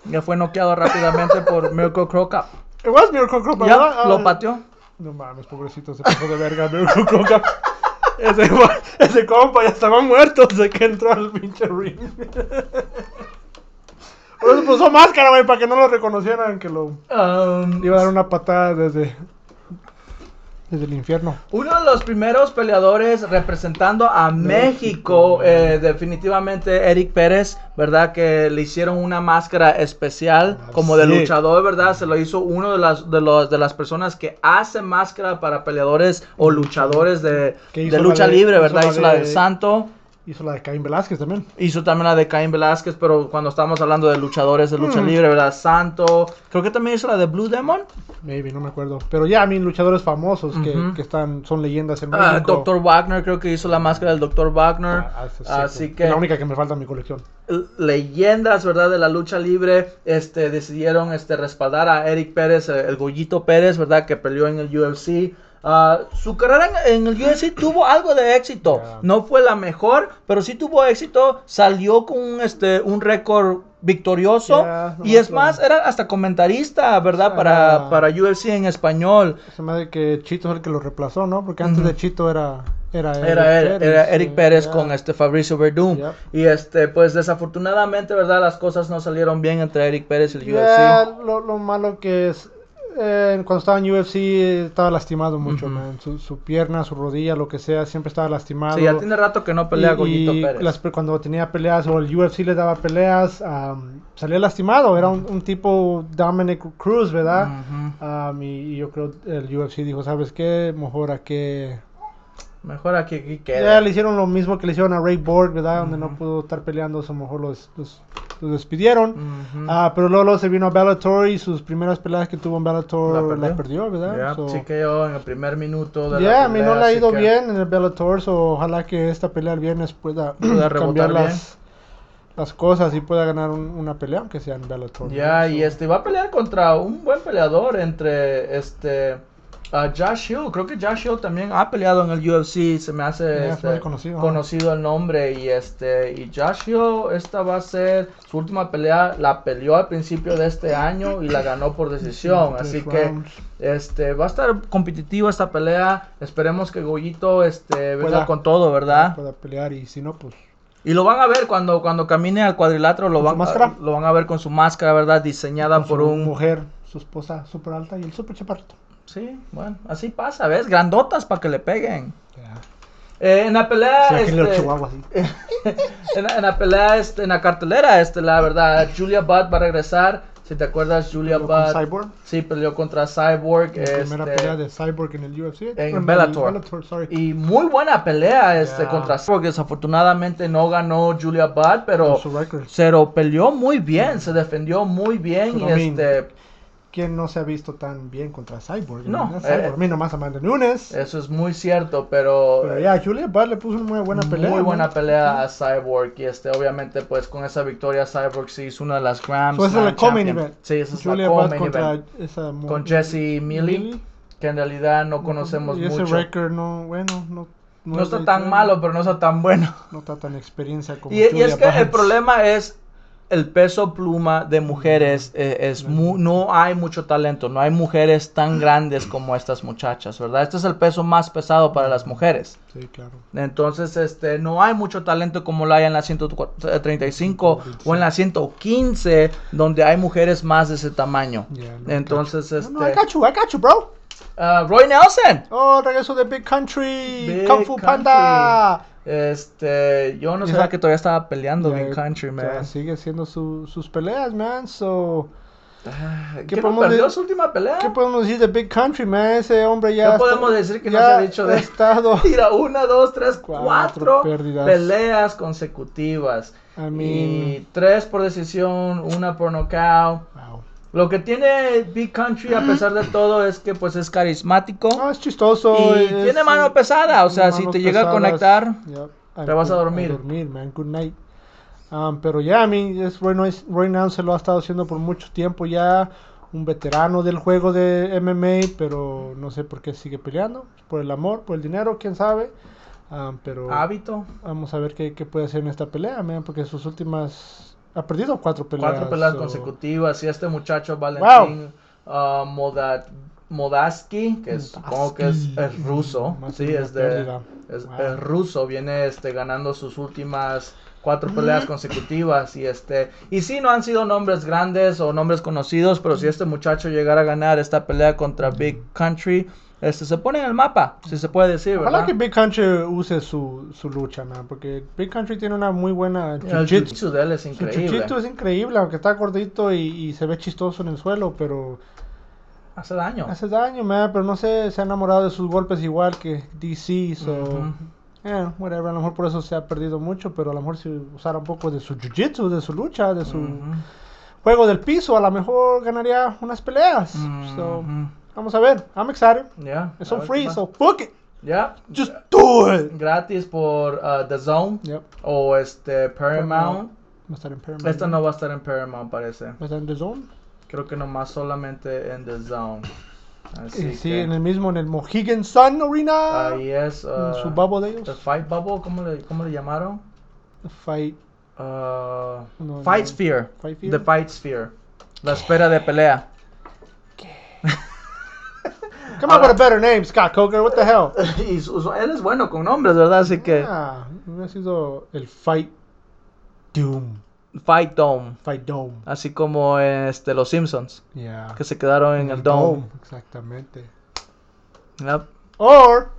[SPEAKER 1] Ya fue noqueado rápidamente por Mirko Croca.
[SPEAKER 2] It was Miracle Croc,
[SPEAKER 1] Ya
[SPEAKER 2] ¿verdad? Ah,
[SPEAKER 1] lo pateó.
[SPEAKER 2] No mames, pobrecito, se pasó de verga Miracle Croc. Ese, gua- ese compa ya estaba muerto desde que entró al pinche ring. Por eso puso máscara, güey, para que no lo reconocieran, que lo
[SPEAKER 1] Um,
[SPEAKER 2] le iba a dar una patada desde, desde el infierno.
[SPEAKER 1] Uno de los primeros peleadores representando a México, eh, definitivamente Eric Pérez, ¿verdad? Que le hicieron una máscara especial
[SPEAKER 2] Ah,
[SPEAKER 1] como de
[SPEAKER 2] Así es.
[SPEAKER 1] luchador, ¿verdad? Se lo hizo uno de las, de los, de las personas que hace máscara para peleadores o luchadores de,
[SPEAKER 2] Que
[SPEAKER 1] de
[SPEAKER 2] hizo la
[SPEAKER 1] lucha
[SPEAKER 2] de-
[SPEAKER 1] libre,
[SPEAKER 2] hizo
[SPEAKER 1] ¿verdad?
[SPEAKER 2] la
[SPEAKER 1] Hizo la de
[SPEAKER 2] de-
[SPEAKER 1] Santo.
[SPEAKER 2] Hizo la de Caín Velázquez también.
[SPEAKER 1] Hizo también la de Caín Velázquez, pero cuando estamos hablando de luchadores de lucha
[SPEAKER 2] Mm.
[SPEAKER 1] libre, ¿verdad? Santo. Creo que también hizo la de Blue Demon.
[SPEAKER 2] Maybe, no me acuerdo. Pero ya, a mí, luchadores famosos que,
[SPEAKER 1] Ujú.
[SPEAKER 2] que están, son leyendas en México.
[SPEAKER 1] Ah, Dr. Wagner, creo que hizo la máscara del Dr. Wagner.
[SPEAKER 2] Ah, eso es
[SPEAKER 1] Así
[SPEAKER 2] cierto.
[SPEAKER 1] que
[SPEAKER 2] Es La única que me falta en mi colección.
[SPEAKER 1] l- leyendas, ¿verdad? De la lucha libre, este, decidieron este, respaldar a Eric Pérez, eh, el Goyito Pérez, ¿verdad? Que peleó en el UFC. Ah, su carrera en, en el UFC tuvo algo de éxito.
[SPEAKER 2] Ya.
[SPEAKER 1] No fue la mejor, pero sí tuvo éxito. Salió con un, este, un récord victorioso.
[SPEAKER 2] Ya,
[SPEAKER 1] y es
[SPEAKER 2] no,
[SPEAKER 1] más, era hasta comentarista, ¿verdad? Para,
[SPEAKER 2] Ah.
[SPEAKER 1] para UFC en español.
[SPEAKER 2] Se me hace que Chito es el que lo reemplazó, ¿no? Porque antes
[SPEAKER 1] Ujú.
[SPEAKER 2] de Chito era. Era Eric
[SPEAKER 1] Era, él, era Eric
[SPEAKER 2] eh,
[SPEAKER 1] Pérez
[SPEAKER 2] ya.
[SPEAKER 1] con este Fabricio Verdun.
[SPEAKER 2] Yep.
[SPEAKER 1] Y este, pues desafortunadamente, ¿verdad? Las cosas no salieron bien entre Eric Pérez y el
[SPEAKER 2] Ya,
[SPEAKER 1] UFC.
[SPEAKER 2] lo, lo malo que es. eh, cuando estaba en UFC eh, estaba lastimado mucho,
[SPEAKER 1] Ujú.
[SPEAKER 2] man. Su, su pierna, su rodilla, lo que sea, siempre estaba lastimado.
[SPEAKER 1] Sí, ya tiene rato que no pelea
[SPEAKER 2] Y-
[SPEAKER 1] Goyito
[SPEAKER 2] y
[SPEAKER 1] Pérez.
[SPEAKER 2] las pe- cuando tenía peleas o el UFC le daba peleas, am, salía lastimado. Era un, un tipo Dominic Cruz, ¿verdad?
[SPEAKER 1] Ujú.
[SPEAKER 2] Am, y, y yo creo el UFC dijo, ¿sabes qué? Mejor a que...
[SPEAKER 1] Mejor aquí, aquí
[SPEAKER 2] Ya
[SPEAKER 1] queda.
[SPEAKER 2] le hicieron lo mismo que le hicieron a Ray Borg, ¿verdad? Donde no
[SPEAKER 1] Ujú.
[SPEAKER 2] pudo estar peleando, a lo mejor los, los, los despidieron.
[SPEAKER 1] Ujú.
[SPEAKER 2] Ah, pero luego, luego se vino a Bellator y sus primeras peleas que tuvo en Bellator
[SPEAKER 1] La
[SPEAKER 2] las
[SPEAKER 1] perdió.
[SPEAKER 2] perdió. ¿verdad?
[SPEAKER 1] Ya,
[SPEAKER 2] So-
[SPEAKER 1] sí quedó en el primer minuto de
[SPEAKER 2] Ya,
[SPEAKER 1] la
[SPEAKER 2] a mí no
[SPEAKER 1] pelea,
[SPEAKER 2] le ha
[SPEAKER 1] así
[SPEAKER 2] ido
[SPEAKER 1] que-
[SPEAKER 2] bien en el Bellator, so ojalá que esta pelea el viernes pueda
[SPEAKER 1] Pueda rebotar
[SPEAKER 2] cambiar
[SPEAKER 1] bien.
[SPEAKER 2] las, las cosas y pueda ganar un- una pelea, aunque sea en Bellator.
[SPEAKER 1] Ya,
[SPEAKER 2] Pues, ¿no?
[SPEAKER 1] y
[SPEAKER 2] So,
[SPEAKER 1] este va a pelear contra un buen peleador entre este a Josh Hill. Creo que Josh Hill también ha peleado en el UFC. Se me hace
[SPEAKER 2] Ya, es
[SPEAKER 1] este,
[SPEAKER 2] muy conocido, ¿no?
[SPEAKER 1] el nombre. Y este y Josh Hill, esta va a ser su última pelea. La peleó al principio de este año y la ganó por decisión.
[SPEAKER 2] tres
[SPEAKER 1] Así que
[SPEAKER 2] rounds.
[SPEAKER 1] este va a estar competitiva esta pelea. Esperemos que Goyito este, venga
[SPEAKER 2] Pueda.
[SPEAKER 1] con todo, ¿verdad?
[SPEAKER 2] Pueda pelear y si no, pues.
[SPEAKER 1] Y lo van a ver cuando, cuando camine al cuadrilátero. Lo
[SPEAKER 2] ¿Con
[SPEAKER 1] van,
[SPEAKER 2] su máscara?
[SPEAKER 1] lo van a ver con su máscara, ¿verdad? Diseñada
[SPEAKER 2] con
[SPEAKER 1] por
[SPEAKER 2] su
[SPEAKER 1] un
[SPEAKER 2] Mujer, su esposa súper alta y el súper chaparrito.
[SPEAKER 1] Sí, bueno, así pasa, ¿ves? Grandotas para que le peguen.
[SPEAKER 2] Ya.
[SPEAKER 1] Eh, en la pelea,
[SPEAKER 2] O sea, que
[SPEAKER 1] este,
[SPEAKER 2] le Chihuahua así.
[SPEAKER 1] en, la- en la pelea, este, en la cartelera, este, la verdad, Julia Budd va a regresar. Si te acuerdas, Julia
[SPEAKER 2] Peleó con
[SPEAKER 1] Budd,
[SPEAKER 2] Cyborg.
[SPEAKER 1] sí, peleó contra Cyborg.
[SPEAKER 2] La primera
[SPEAKER 1] este,
[SPEAKER 2] pelea de Cyborg en el UFC.
[SPEAKER 1] en
[SPEAKER 2] el
[SPEAKER 1] Bellator.
[SPEAKER 2] sorry.
[SPEAKER 1] Y muy buena pelea, este,
[SPEAKER 2] Ya.
[SPEAKER 1] contra Cyborg. Desafortunadamente no ganó Julia Budd, pero
[SPEAKER 2] Con su récord.
[SPEAKER 1] pero peleó muy bien, se defendió muy bien y
[SPEAKER 2] Pero, I mean,
[SPEAKER 1] este,
[SPEAKER 2] ¿Quién no se ha visto tan bien contra Cyborg?
[SPEAKER 1] No,
[SPEAKER 2] ¿verdad?
[SPEAKER 1] eh,
[SPEAKER 2] Cyborg. A mí nomás Amanda Nunes.
[SPEAKER 1] eso es muy cierto, pero
[SPEAKER 2] pero ya, Julia Budd le puso una muy buena pelea.
[SPEAKER 1] Muy
[SPEAKER 2] ¿no?
[SPEAKER 1] buena pelea a Cyborg. Y este, obviamente, pues con esa victoria, Cyborg sí hizo una de las Grand
[SPEAKER 2] So, esa es
[SPEAKER 1] Slam
[SPEAKER 2] la co-main
[SPEAKER 1] champion.
[SPEAKER 2] event.
[SPEAKER 1] Sí, esa es
[SPEAKER 2] Julia
[SPEAKER 1] la
[SPEAKER 2] Budd
[SPEAKER 1] co-main
[SPEAKER 2] contra
[SPEAKER 1] event.
[SPEAKER 2] esa mu-
[SPEAKER 1] Con Jesse Millie, que en realidad no conocemos
[SPEAKER 2] y ese
[SPEAKER 1] mucho.
[SPEAKER 2] récord no, bueno, no,
[SPEAKER 1] No
[SPEAKER 2] es
[SPEAKER 1] está
[SPEAKER 2] de-
[SPEAKER 1] tan malo, pero no está tan bueno.
[SPEAKER 2] No está tan experiencia como
[SPEAKER 1] Y, y
[SPEAKER 2] Julia
[SPEAKER 1] es que el
[SPEAKER 2] Budd.
[SPEAKER 1] problema es el peso pluma de mujeres eh, es mu- no hay mucho talento, no hay mujeres tan grandes como estas muchachas, ¿verdad? Este es el peso más pesado para las mujeres.
[SPEAKER 2] Sí, claro.
[SPEAKER 1] Entonces, este, no hay mucho talento como lo hay en la 135 o en la 115, donde hay mujeres más de ese tamaño.
[SPEAKER 2] Yeah, no,
[SPEAKER 1] Entonces,
[SPEAKER 2] No, No, I
[SPEAKER 1] este,
[SPEAKER 2] got you, I got you, bro.
[SPEAKER 1] ah, Roy Nelson.
[SPEAKER 2] Oh, regreso de Big Country.
[SPEAKER 1] Big
[SPEAKER 2] Kung Fu
[SPEAKER 1] Country.
[SPEAKER 2] Panda.
[SPEAKER 1] Este, yo no sabía
[SPEAKER 2] Esa-
[SPEAKER 1] que todavía estaba peleando
[SPEAKER 2] Ya,
[SPEAKER 1] Big Country,
[SPEAKER 2] ya
[SPEAKER 1] man.
[SPEAKER 2] Sigue haciendo su- sus peleas, man. So,
[SPEAKER 1] Ah,
[SPEAKER 2] ¿Qué
[SPEAKER 1] ¿qué no
[SPEAKER 2] podemos
[SPEAKER 1] perdió
[SPEAKER 2] de-
[SPEAKER 1] su última pelea?
[SPEAKER 2] ¿Qué podemos decir de Big Country, man? Ese hombre ya.
[SPEAKER 1] ¿Qué
[SPEAKER 2] está-
[SPEAKER 1] podemos decir que no
[SPEAKER 2] ya
[SPEAKER 1] se ha dicho de
[SPEAKER 2] ha
[SPEAKER 1] él?
[SPEAKER 2] estado.
[SPEAKER 1] Mira, una, dos, tres,
[SPEAKER 2] Cuatro
[SPEAKER 1] cuatro,
[SPEAKER 2] pérdidas.
[SPEAKER 1] peleas consecutivas.
[SPEAKER 2] I mean-
[SPEAKER 1] Y tres por decisión, una por knockout.
[SPEAKER 2] Wow.
[SPEAKER 1] Lo que tiene Big Country a pesar de todo es que pues es carismático
[SPEAKER 2] No, es chistoso.
[SPEAKER 1] y
[SPEAKER 2] es-
[SPEAKER 1] tiene mano pesada, o sea,
[SPEAKER 2] manos
[SPEAKER 1] si te llega a
[SPEAKER 2] pesadas.
[SPEAKER 1] conectar,
[SPEAKER 2] Yep.
[SPEAKER 1] te vas a
[SPEAKER 2] Good-
[SPEAKER 1] dormir.
[SPEAKER 2] dormir, man. Good night. Um, pero ya, a mí, es Roy, Noyce- Roy Nance lo ha estado haciendo por mucho tiempo ya. Un veterano del juego de MMA, pero no sé por qué sigue peleando. Por el amor, por el dinero, quién sabe. Um, pero
[SPEAKER 1] hábito,
[SPEAKER 2] vamos a ver qué, qué puede hacer en esta pelea, man, porque sus últimas. Ha perdido cuatro peleas.
[SPEAKER 1] cuatro peleas
[SPEAKER 2] so-
[SPEAKER 1] consecutivas y este muchacho Valentín ah, Moda- Modaski, que es- supongo que es, es ruso,
[SPEAKER 2] Más
[SPEAKER 1] sí,
[SPEAKER 2] una
[SPEAKER 1] es de
[SPEAKER 2] pérdida.
[SPEAKER 1] es,
[SPEAKER 2] Wow.
[SPEAKER 1] es ruso, viene este ganando sus últimas cuatro
[SPEAKER 2] Mm.
[SPEAKER 1] peleas consecutivas y este y sí no han sido nombres grandes o nombres conocidos pero si este muchacho llegara a ganar esta pelea contra Big Country este se pone en el mapa si se puede decir
[SPEAKER 2] Ojalá
[SPEAKER 1] verdad
[SPEAKER 2] que Big Country use su, su lucha, man, porque Big Country tiene una muy buena
[SPEAKER 1] el
[SPEAKER 2] jiu-jitsu.
[SPEAKER 1] jiu-jitsu de él es
[SPEAKER 2] Su
[SPEAKER 1] increíble
[SPEAKER 2] jiu-jitsu es increíble, aunque está gordito y, y se ve chistoso en el suelo, pero
[SPEAKER 1] hace daño
[SPEAKER 2] hace daño, man, pero no sé, se ha enamorado de sus golpes igual que DC, so...
[SPEAKER 1] Ujú.
[SPEAKER 2] eh, whatever, a lo mejor por eso se ha perdido mucho, pero a lo mejor si usara un poco de su jiu-jitsu, de su lucha, de su
[SPEAKER 1] Ujú.
[SPEAKER 2] juego del piso, a lo mejor ganaría unas peleas.
[SPEAKER 1] Mm-hmm.
[SPEAKER 2] So,
[SPEAKER 1] Ujú.
[SPEAKER 2] vamos a ver, I'm excited.
[SPEAKER 1] Ya,
[SPEAKER 2] It's
[SPEAKER 1] a
[SPEAKER 2] so
[SPEAKER 1] ver
[SPEAKER 2] free,
[SPEAKER 1] qué
[SPEAKER 2] so fuck it.
[SPEAKER 1] pasa. Ya,
[SPEAKER 2] Just do it.
[SPEAKER 1] gratis por uh, The Zone
[SPEAKER 2] Yep,
[SPEAKER 1] o este Paramount.
[SPEAKER 2] Paramount. va a estar en Paramount.
[SPEAKER 1] Esta no va a estar en Paramount, parece.
[SPEAKER 2] Va a estar en The Zone.
[SPEAKER 1] Creo que nomás solamente en The Zone. Así
[SPEAKER 2] Y sí,
[SPEAKER 1] que
[SPEAKER 2] en el mismo, en el Mohegan Sun Arena.
[SPEAKER 1] ahí es
[SPEAKER 2] en su
[SPEAKER 1] uh,
[SPEAKER 2] babo de
[SPEAKER 1] The
[SPEAKER 2] ellos.
[SPEAKER 1] Fight Bubble, ¿cómo le, cómo le llamaron?
[SPEAKER 2] Fight.
[SPEAKER 1] Uh,
[SPEAKER 2] No,
[SPEAKER 1] Fight
[SPEAKER 2] no.
[SPEAKER 1] Sphere.
[SPEAKER 2] Fight Fear.
[SPEAKER 1] The Fight Sphere. La espera de pelea.
[SPEAKER 2] Come up with
[SPEAKER 1] Ah.
[SPEAKER 2] a better name, Scott Coker. What the hell?
[SPEAKER 1] y su- su- él es bueno con nombres, ¿verdad? Así que
[SPEAKER 2] Ah, hubiera sido el Fight Doom.
[SPEAKER 1] Fight Dome.
[SPEAKER 2] Fight Dome.
[SPEAKER 1] Así como este, los Simpsons,
[SPEAKER 2] Yeah.
[SPEAKER 1] que se quedaron en el Dome.
[SPEAKER 2] Exactamente.
[SPEAKER 1] Yep.
[SPEAKER 2] Or.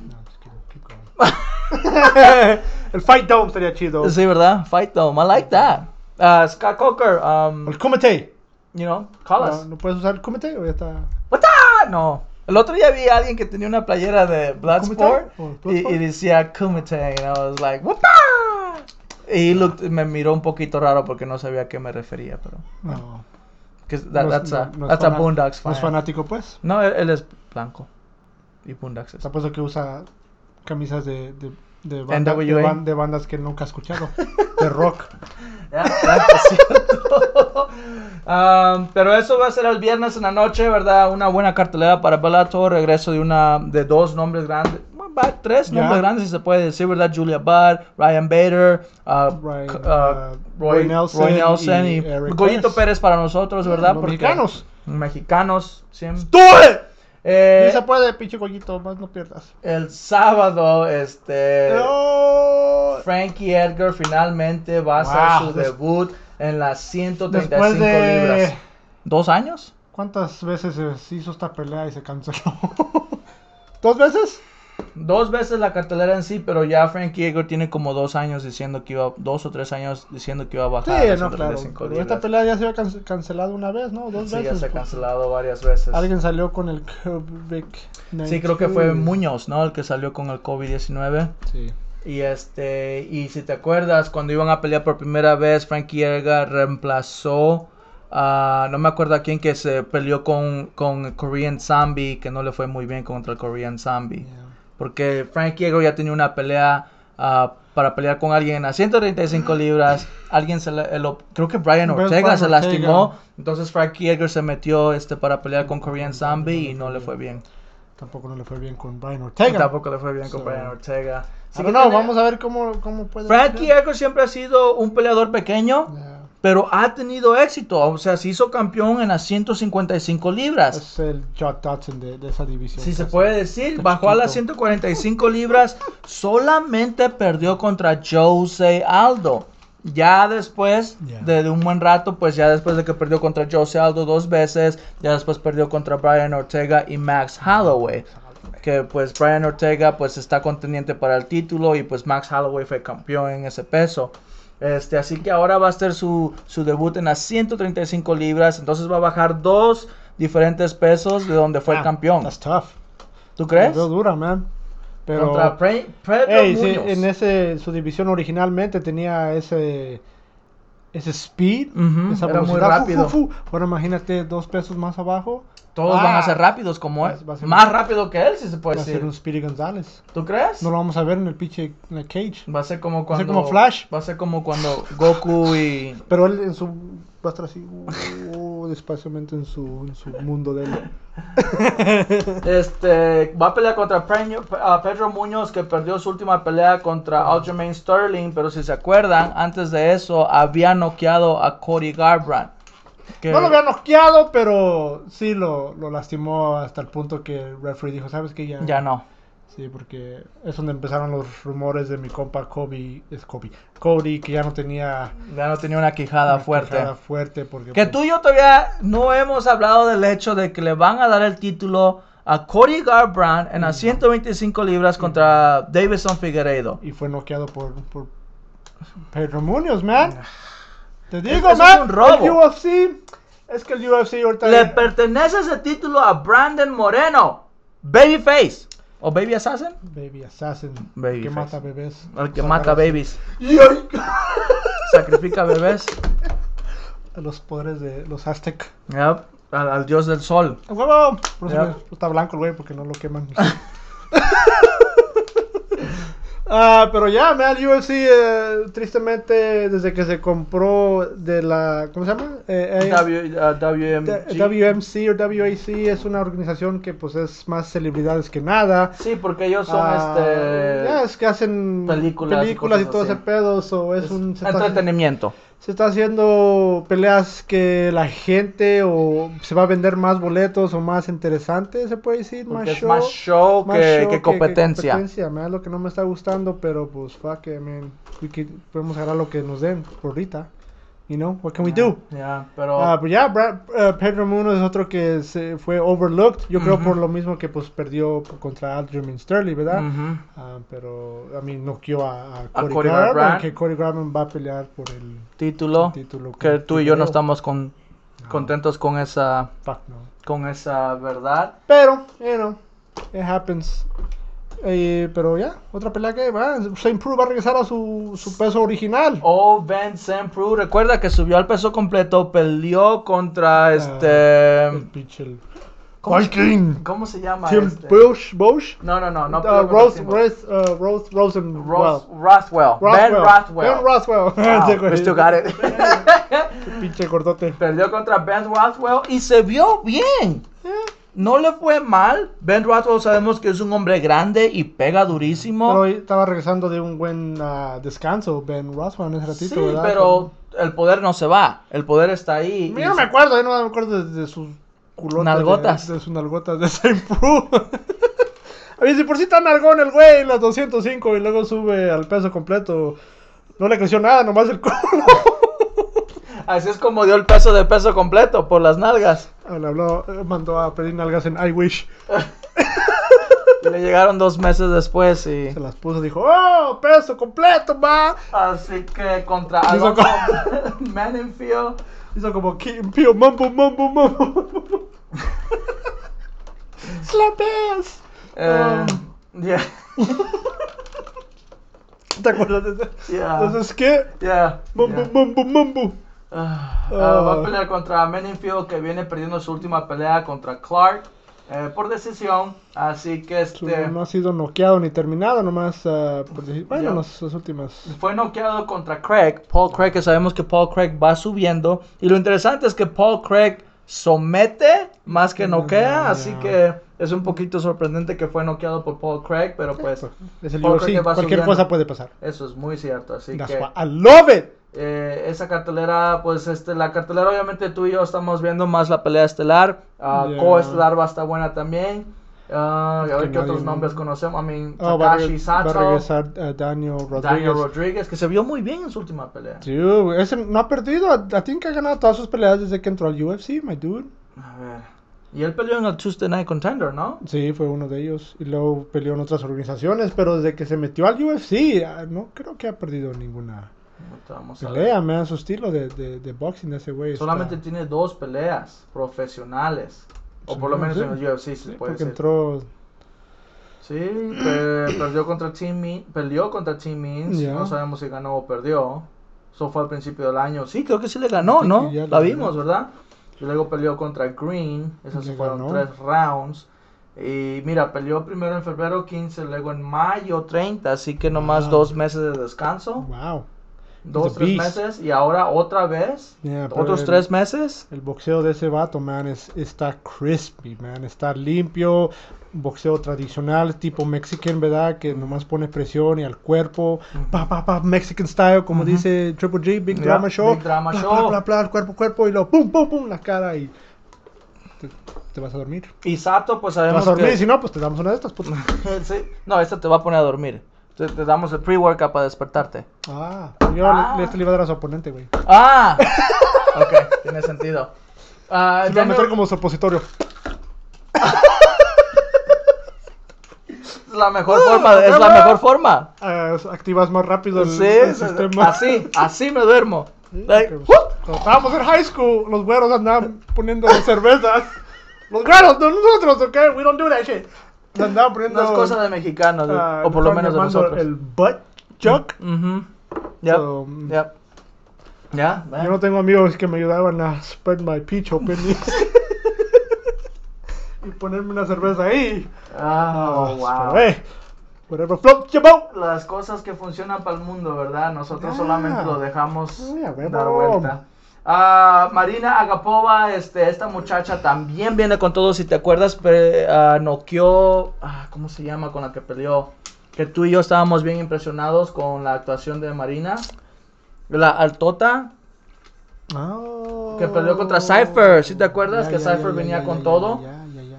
[SPEAKER 2] No, I'm just kidding. Keep going. el Fight Dome sería chido.
[SPEAKER 1] Sí, ¿verdad? Fight Dome. I like that. Uh, Scott Coker, um,
[SPEAKER 2] O El Kumite.
[SPEAKER 1] you know, call us.
[SPEAKER 2] No, ¿No puedes usar el Kumite o ya está?
[SPEAKER 1] What's up? No. El otro día vi a alguien que tenía una playera de Bloodsport
[SPEAKER 2] ¿Kumite? ¿O
[SPEAKER 1] y,
[SPEAKER 2] Bloodsport?
[SPEAKER 1] y decía Kumite, and I was like, "What the-" Y he looked- me miró un poquito raro porque no sabía a qué me refería, pero.
[SPEAKER 2] No.
[SPEAKER 1] 'cause that-
[SPEAKER 2] No es-
[SPEAKER 1] that's a,
[SPEAKER 2] no- no es
[SPEAKER 1] that's a
[SPEAKER 2] fana-
[SPEAKER 1] Boondocks
[SPEAKER 2] No es
[SPEAKER 1] fan.
[SPEAKER 2] fanático, pues.
[SPEAKER 1] No, él, él es blanco. Y Boondocks es.
[SPEAKER 2] Está puesto que usa camisas de, de, de, banda-
[SPEAKER 1] NWA.
[SPEAKER 2] de ban- de bandas que nunca he escuchado. De rock.
[SPEAKER 1] Ya, ya, es cierto. Am, pero eso va a ser el viernes en la noche, ¿verdad? Una buena cartelera para Bellator, regreso de una de dos nombres grandes, bueno, va, tres
[SPEAKER 2] Ya.
[SPEAKER 1] nombres grandes si se puede decir, ¿verdad? Julia Budd, Ryan Bader, ah,
[SPEAKER 2] Ryan,
[SPEAKER 1] c-
[SPEAKER 2] ah,
[SPEAKER 1] ah, Roy, Roy Nelson, y,
[SPEAKER 2] Eric
[SPEAKER 1] Goyito
[SPEAKER 2] Pérez.
[SPEAKER 1] Pérez para nosotros, ¿verdad?
[SPEAKER 2] Los
[SPEAKER 1] Porque-
[SPEAKER 2] mexicanos.
[SPEAKER 1] Mexicanos, siempre.
[SPEAKER 2] ¡Tú!
[SPEAKER 1] Eh,
[SPEAKER 2] Sí se puede, pinche coquito, más no pierdas.
[SPEAKER 1] el sábado, este...
[SPEAKER 2] No.
[SPEAKER 1] Frankie Edgar finalmente va a hacer
[SPEAKER 2] Wow.
[SPEAKER 1] su debut en las 135
[SPEAKER 2] Después de-
[SPEAKER 1] libras. ¿Dos años?
[SPEAKER 2] ¿Cuántas veces se hizo esta pelea y se canceló? ¿Dos veces?
[SPEAKER 1] Dos veces la cartelera en sí, pero ya Frankie Edgar tiene como dos años diciendo que iba, dos o tres años diciendo que iba a
[SPEAKER 2] Sí,
[SPEAKER 1] bajar. a las
[SPEAKER 2] no, claro.
[SPEAKER 1] 135
[SPEAKER 2] Pero esta
[SPEAKER 1] Ah, libras.
[SPEAKER 2] pelea ya se había can- cancelado una vez, ¿no? Dos
[SPEAKER 1] Sí,
[SPEAKER 2] veces.
[SPEAKER 1] ya se ha
[SPEAKER 2] porque
[SPEAKER 1] cancelado varias veces.
[SPEAKER 2] Alguien salió con el COVID.
[SPEAKER 1] Sí, creo que fue Muñoz, ¿no? El que salió con el COVID-19.
[SPEAKER 2] Sí.
[SPEAKER 1] Y este, y si te acuerdas, cuando iban a pelear por primera vez, Frankie Edgar reemplazó a, no me acuerdo a quién que se peleó con, con el Korean Zombie, que no le fue muy bien contra el Korean Zombie. Porque Frankie Edgar ya tenía una pelea ah, para pelear con alguien a 135 libras. Alguien se le- el- creo que Brian
[SPEAKER 2] Ah. Brian
[SPEAKER 1] Ortega se
[SPEAKER 2] Ortega.
[SPEAKER 1] lastimó. Entonces Frankie Edgar se metió este para pelear con Korean Zombie y no le fue bien.
[SPEAKER 2] Tampoco no le fue bien con Brian Ortega.
[SPEAKER 1] Tampoco le fue bien con
[SPEAKER 2] So,
[SPEAKER 1] Brian Ortega. Así
[SPEAKER 2] I
[SPEAKER 1] que
[SPEAKER 2] don't know,
[SPEAKER 1] tiene-
[SPEAKER 2] vamos a ver cómo, cómo puede.
[SPEAKER 1] Frankie Edgar siempre ha sido un peleador pequeño,
[SPEAKER 2] Yeah.
[SPEAKER 1] pero ha tenido éxito. O sea, se hizo campeón en las 155 libras.
[SPEAKER 2] Es el Jack Dodson de, de esa división.
[SPEAKER 1] Si se
[SPEAKER 2] casi.
[SPEAKER 1] puede decir, bajó a las 145 libras, solamente perdió contra Jose Aldo. Ya después
[SPEAKER 2] Ya.
[SPEAKER 1] de, de un buen rato, pues ya después de que perdió contra Jose Aldo dos veces, ya después perdió contra Brian Ortega y Max Holloway. Que pues Brian Ortega pues está contendiente para el título y pues Max Holloway fue campeón en ese peso. Este, así que ahora va a ser su, su debut en las 135 libras, entonces va a bajar dos diferentes pesos de donde fue el
[SPEAKER 2] Ah,
[SPEAKER 1] campeón.
[SPEAKER 2] That's tough.
[SPEAKER 1] ¿Tú crees?
[SPEAKER 2] La veo dura, man. Pero.
[SPEAKER 1] Contra Pre- Pedro
[SPEAKER 2] Ey, sí,
[SPEAKER 1] Muñoz.
[SPEAKER 2] en ese, su división originalmente tenía ese. Ese speed.
[SPEAKER 1] Ujú,
[SPEAKER 2] esa
[SPEAKER 1] Mm-hmm. era muy
[SPEAKER 2] velocidad. Fu,
[SPEAKER 1] rápido.
[SPEAKER 2] fu, fu. Ahora imagínate dos pesos más abajo.
[SPEAKER 1] Todos
[SPEAKER 2] Ah.
[SPEAKER 1] van a ser rápidos como él.
[SPEAKER 2] Va a ser-
[SPEAKER 1] Más rápido que él, si se puede
[SPEAKER 2] va a
[SPEAKER 1] decir.
[SPEAKER 2] ser un Speedy González.
[SPEAKER 1] ¿Tú crees?
[SPEAKER 2] No lo vamos a ver en el pinche en el cage.
[SPEAKER 1] Va a ser como
[SPEAKER 2] Va a
[SPEAKER 1] cuando.
[SPEAKER 2] ser como Flash.
[SPEAKER 1] Va a ser como cuando Goku y.
[SPEAKER 2] Pero él en su. Va a estar así. uh, despaciamente en su, en su mundo de él.
[SPEAKER 1] Este. Va a pelear contra Preño- a Pedro Muñoz, que perdió su última pelea contra Aljamain Sterling. Pero si se acuerdan, antes de eso había noqueado a Cody Garbrandt. que-
[SPEAKER 2] No lo había noqueado, pero sí lo, lo lastimó hasta el punto que el referee dijo, ¿sabes qué? Ya,
[SPEAKER 1] Ya no.
[SPEAKER 2] Sí, porque es donde empezaron los rumores de mi compa Kobe, es Kobe, Cody, que ya no tenía
[SPEAKER 1] Ya no tenía una quijada
[SPEAKER 2] una
[SPEAKER 1] fuerte.
[SPEAKER 2] quijada fuerte porque
[SPEAKER 1] Que
[SPEAKER 2] pues,
[SPEAKER 1] tú y yo todavía no hemos hablado del hecho de que le van a dar el título a Cody Garbrandt en
[SPEAKER 2] Mm.
[SPEAKER 1] las 125 libras contra Davison Figueiredo.
[SPEAKER 2] y fue noqueado por, por Pedro Muñoz, man. Te digo,
[SPEAKER 1] eso Ah. es
[SPEAKER 2] man,
[SPEAKER 1] un robo.
[SPEAKER 2] el UFC es que el UFC ahorita
[SPEAKER 1] Le pertenece ese título a Brandon Moreno, Babyface o Baby Assassin,
[SPEAKER 2] Baby Assassin,
[SPEAKER 1] Baby
[SPEAKER 2] que
[SPEAKER 1] face.
[SPEAKER 2] mata bebés.
[SPEAKER 1] el que mata babies,
[SPEAKER 2] Y ay,
[SPEAKER 1] sacrifica bebés
[SPEAKER 2] los poderes de los Aztec.
[SPEAKER 1] Yep, al, al dios del sol.
[SPEAKER 2] ¡A ¡Huevo! Por eso
[SPEAKER 1] Ya.
[SPEAKER 2] me- está blanco el güey porque no lo queman. Ah, pero ya, man, UFC eh, tristemente desde que se compró de la ¿cómo se llama? Eh, eh,
[SPEAKER 1] W- uh, WMG.
[SPEAKER 2] D- WMC o WAC es una organización que pues es más celebridades que nada.
[SPEAKER 1] Sí, porque ellos son
[SPEAKER 2] Ah,
[SPEAKER 1] este
[SPEAKER 2] ya, es que hacen
[SPEAKER 1] películas
[SPEAKER 2] películas,
[SPEAKER 1] y
[SPEAKER 2] y
[SPEAKER 1] cosas
[SPEAKER 2] todo
[SPEAKER 1] así.
[SPEAKER 2] ese pedo, so, es,
[SPEAKER 1] es
[SPEAKER 2] un se está-
[SPEAKER 1] entretenimiento.
[SPEAKER 2] se está haciendo peleas que la gente o se va a vender más boletos o más interesante, se puede decir, más
[SPEAKER 1] Porque es
[SPEAKER 2] show.
[SPEAKER 1] más show,
[SPEAKER 2] más
[SPEAKER 1] que,
[SPEAKER 2] show
[SPEAKER 1] que competencia.
[SPEAKER 2] competencia, man, lo que no me está gustando, pero pues fuck it, man. We can- podemos agarrar lo que nos den por ahorita. You know, what can we do?
[SPEAKER 1] Mm, Ya, pero
[SPEAKER 2] Ah, pues ya, Brad- eh, Pedro Munoz es otro que se fue overlooked, yo creo
[SPEAKER 1] Ujú.
[SPEAKER 2] por lo mismo que pues perdió por- contra Aljamain Sterling, ¿verdad?
[SPEAKER 1] Ujú.
[SPEAKER 2] Ah, pero a mí noqueó a, a Cody
[SPEAKER 1] Cody
[SPEAKER 2] Garbrandt,
[SPEAKER 1] Garbrandt.
[SPEAKER 2] que Cody Garbrandt va a pelear por el
[SPEAKER 1] título,
[SPEAKER 2] título
[SPEAKER 1] que tú y yo no
[SPEAKER 2] creo.
[SPEAKER 1] estamos con, contentos con esa
[SPEAKER 2] Fuck no.
[SPEAKER 1] con esa verdad.
[SPEAKER 2] Pero, you know, it happens. Eh, pero ya, otra pelea que va. Saint Prue va a regresar a su, su peso original.
[SPEAKER 1] O Oh, Ben Prue, recuerda que subió al peso completo, peleó contra este
[SPEAKER 2] El pinche el-
[SPEAKER 1] ¿cómo, se-
[SPEAKER 2] Viking.
[SPEAKER 1] cómo se llama
[SPEAKER 2] Tim
[SPEAKER 1] este?
[SPEAKER 2] Bush, Bush.
[SPEAKER 1] No, no, no, no.
[SPEAKER 2] Uh,
[SPEAKER 1] peleó contra
[SPEAKER 2] Rose,
[SPEAKER 1] Tim Bush.
[SPEAKER 2] Rose, uh, Rose, Rosen.
[SPEAKER 1] Ros- Rothwell. Ben Ah, Rothwell.
[SPEAKER 2] Ben Rothwell.
[SPEAKER 1] Wow,
[SPEAKER 2] Ese güey.
[SPEAKER 1] we still got it.
[SPEAKER 2] Pinche cortote.
[SPEAKER 1] Perdió contra Ben Rothwell y se vio bien.
[SPEAKER 2] Eh,
[SPEAKER 1] No le fue mal. Ben Rothwell sabemos que es un hombre grande y pega durísimo.
[SPEAKER 2] Pero estaba regresando de un buen ah, descanso, Ben Rothwell, en ese ratito,
[SPEAKER 1] sí,
[SPEAKER 2] ¿verdad?
[SPEAKER 1] pero el poder no se va. El poder está ahí.
[SPEAKER 2] Yo no me acuerdo, yo no me acuerdo de, de sus culotas.
[SPEAKER 1] Nalgotas.
[SPEAKER 2] De, de sus nalgotas de Saint Prue. A mí, si por si está nalgón el güey en las 205 y luego sube al peso completo, no le creció nada, nomás el culo.
[SPEAKER 1] Así es como dio el peso de peso completo por las nalgas.
[SPEAKER 2] Ah, Le habló, eh, mandó a pedir nalgas en I Wish.
[SPEAKER 1] Y le llegaron dos meses después y...
[SPEAKER 2] Se las puso, dijo, ¡Oh, peso completo, va!
[SPEAKER 1] Así que contra
[SPEAKER 2] Hizo
[SPEAKER 1] Alonso
[SPEAKER 2] co-
[SPEAKER 1] Manenfield.
[SPEAKER 2] Hizo como Kim Pio, mambo, mambo, mambo. ¡Slapes! Ah,
[SPEAKER 1] eh, yeah,
[SPEAKER 2] ¿Te acuerdas de eso?
[SPEAKER 1] yeah,
[SPEAKER 2] Entonces, ¿qué?
[SPEAKER 1] yeah,
[SPEAKER 2] Mambo,
[SPEAKER 1] yeah.
[SPEAKER 2] mambo, mambo.
[SPEAKER 1] Ah, ah, va a
[SPEAKER 2] Ah.
[SPEAKER 1] pelear contra Manenfield que viene perdiendo su última pelea contra Clark eh, por decisión. Así que
[SPEAKER 2] Su-
[SPEAKER 1] este...
[SPEAKER 2] Pues, No ha sido noqueado ni terminado, nomás ah, por decir, bueno,
[SPEAKER 1] Ya.
[SPEAKER 2] las, las últimas.
[SPEAKER 1] Fue noqueado contra Craig, Paul Craig, que sabemos que Paul Craig va subiendo. Y lo interesante es que Paul Craig somete más que noquea,
[SPEAKER 2] Ah,
[SPEAKER 1] así
[SPEAKER 2] ya.
[SPEAKER 1] que es un poquito sorprendente que fue noqueado por Paul Craig, pero pues
[SPEAKER 2] Es el
[SPEAKER 1] Paul Craig
[SPEAKER 2] UFC,
[SPEAKER 1] va
[SPEAKER 2] cualquier
[SPEAKER 1] subiendo.
[SPEAKER 2] cosa puede pasar.
[SPEAKER 1] eso es muy cierto. Así
[SPEAKER 2] That's
[SPEAKER 1] que
[SPEAKER 2] why I love it.
[SPEAKER 1] eh, esa cartelera, pues este, la cartelera obviamente tú y yo estamos viendo más la pelea estelar. ah,
[SPEAKER 2] Ya.
[SPEAKER 1] Coestelar va a estar buena también. Ah,
[SPEAKER 2] Es
[SPEAKER 1] a
[SPEAKER 2] que
[SPEAKER 1] ver qué
[SPEAKER 2] nadie
[SPEAKER 1] otros
[SPEAKER 2] no-
[SPEAKER 1] nombres conocemos. I mean,
[SPEAKER 2] Oh, va, a
[SPEAKER 1] Takashi
[SPEAKER 2] reg-
[SPEAKER 1] Sato,
[SPEAKER 2] va a regresar ah, Daniel Rodríguez.
[SPEAKER 1] Daniel Rodríguez, que se vio muy bien en su última pelea.
[SPEAKER 2] Dude, ese no ha perdido. I think ha ganado todas sus peleas desde que entró al UFC, my dude.
[SPEAKER 1] A ver. Y él peleó en el Tuesday Night Contender, ¿no?
[SPEAKER 2] Sí, fue uno de ellos. Y luego peleó en otras organizaciones, pero desde que se metió al UFC, ah, no creo que ha perdido ninguna
[SPEAKER 1] Ahorita Vamos a ver.
[SPEAKER 2] pelea. Me da su estilo de, de, de boxing de ese güey. está-
[SPEAKER 1] Solamente tiene dos peleas profesionales. O
[SPEAKER 2] Sí,
[SPEAKER 1] por lo menos
[SPEAKER 2] sí.
[SPEAKER 1] en el UFC se
[SPEAKER 2] Pues Sí,
[SPEAKER 1] puede
[SPEAKER 2] porque
[SPEAKER 1] decir.
[SPEAKER 2] entró
[SPEAKER 1] Sí, pe- perdió contra Team Mean- peleó contra Team Means.
[SPEAKER 2] Ya.
[SPEAKER 1] No sabemos si ganó o perdió. Eso fue al principio del año. Sí, creo que sí le ganó,
[SPEAKER 2] Sí,
[SPEAKER 1] ¿no?
[SPEAKER 2] que ya
[SPEAKER 1] La
[SPEAKER 2] le
[SPEAKER 1] vimos, ¿verdad? Y luego peleó contra Green. Esos
[SPEAKER 2] Le
[SPEAKER 1] fueron
[SPEAKER 2] ganó.
[SPEAKER 1] tres rounds. Y mira, peleó primero en febrero 15, luego en mayo 30, así que nomás
[SPEAKER 2] Ah.
[SPEAKER 1] dos meses de descanso.
[SPEAKER 2] Wow.
[SPEAKER 1] dos,
[SPEAKER 2] The
[SPEAKER 1] tres
[SPEAKER 2] Beast.
[SPEAKER 1] meses y ahora otra vez,
[SPEAKER 2] Yeah, pero
[SPEAKER 1] otros
[SPEAKER 2] el-
[SPEAKER 1] tres meses.
[SPEAKER 2] El boxeo de ese vato, man, es, está crispy, man. Está limpio. Boxeo tradicional, tipo mexican, ¿verdad? Que nomás pone presión y al cuerpo. Pa, pa, pa, mexican style, como
[SPEAKER 1] Ujú.
[SPEAKER 2] dice Triple G, Big
[SPEAKER 1] Ya,
[SPEAKER 2] Drama Show.
[SPEAKER 1] Big Drama
[SPEAKER 2] Bla,
[SPEAKER 1] Show.
[SPEAKER 2] Bla, bla, bla, el cuerpo, cuerpo. Y luego pum, pum, pum, la cara. Y te, te vas a dormir.
[SPEAKER 1] Y Sato, pues
[SPEAKER 2] Te
[SPEAKER 1] sabemos
[SPEAKER 2] vas a dormir y
[SPEAKER 1] que...
[SPEAKER 2] si no, pues te damos una de estas, puta.
[SPEAKER 1] Sí. No, esta te va a poner a dormir. Te, te damos el pre-workout para despertarte.
[SPEAKER 2] Ah, yo
[SPEAKER 1] Ah.
[SPEAKER 2] le, este le iba a dar a su oponente, güey.
[SPEAKER 1] ¡Ah! ok, tiene sentido. Ah,
[SPEAKER 2] Se lo va a meter
[SPEAKER 1] Daniel-
[SPEAKER 2] como su opositorio.
[SPEAKER 1] la Ah, mejor forma, es la mejor forma.
[SPEAKER 2] Ah, activas más rápido el,
[SPEAKER 1] Sí,
[SPEAKER 2] el sistema.
[SPEAKER 1] así, así me duermo.
[SPEAKER 2] Sí,
[SPEAKER 1] Like,
[SPEAKER 2] porque,
[SPEAKER 1] ¡uh!
[SPEAKER 2] pues, Cuando estábamos en high school, los güeros andaban poniendo cervezas. Los güeros, no nosotros, ok? We don't do that shit. Nos andaban poniendo.
[SPEAKER 1] No es cosa de mexicanos, de-
[SPEAKER 2] ah,
[SPEAKER 1] o por lo
[SPEAKER 2] estaban
[SPEAKER 1] menos de
[SPEAKER 2] llamando
[SPEAKER 1] nosotros.
[SPEAKER 2] El butt chuck.
[SPEAKER 1] Ujú. Yep,
[SPEAKER 2] So, mm,
[SPEAKER 1] yep. Ya,
[SPEAKER 2] Yo no tengo amigos que me ayudaban a spread my peach open. y ponerme una cerveza ahí.
[SPEAKER 1] Ah,
[SPEAKER 2] Ah,
[SPEAKER 1] wow.
[SPEAKER 2] Pero, eh, whatever floats your boat.
[SPEAKER 1] Las cosas que funcionan para el mundo, ¿verdad? Nosotros
[SPEAKER 2] Ya.
[SPEAKER 1] solamente lo dejamos
[SPEAKER 2] Ay, a huevo.
[SPEAKER 1] dar vuelta. Ah, Marina Agapova, este, esta muchacha también viene con todo, si te acuerdas, pe- ah, noqueó, ah, ¿cómo se llama? Con la que peleó. Que tú y yo estábamos bien impresionados con la actuación de Marina. La Altota, Que perdió contra Cypher, ¿sí te acuerdas? Que Cypher venía con todo.
[SPEAKER 2] Ya, ya, ya.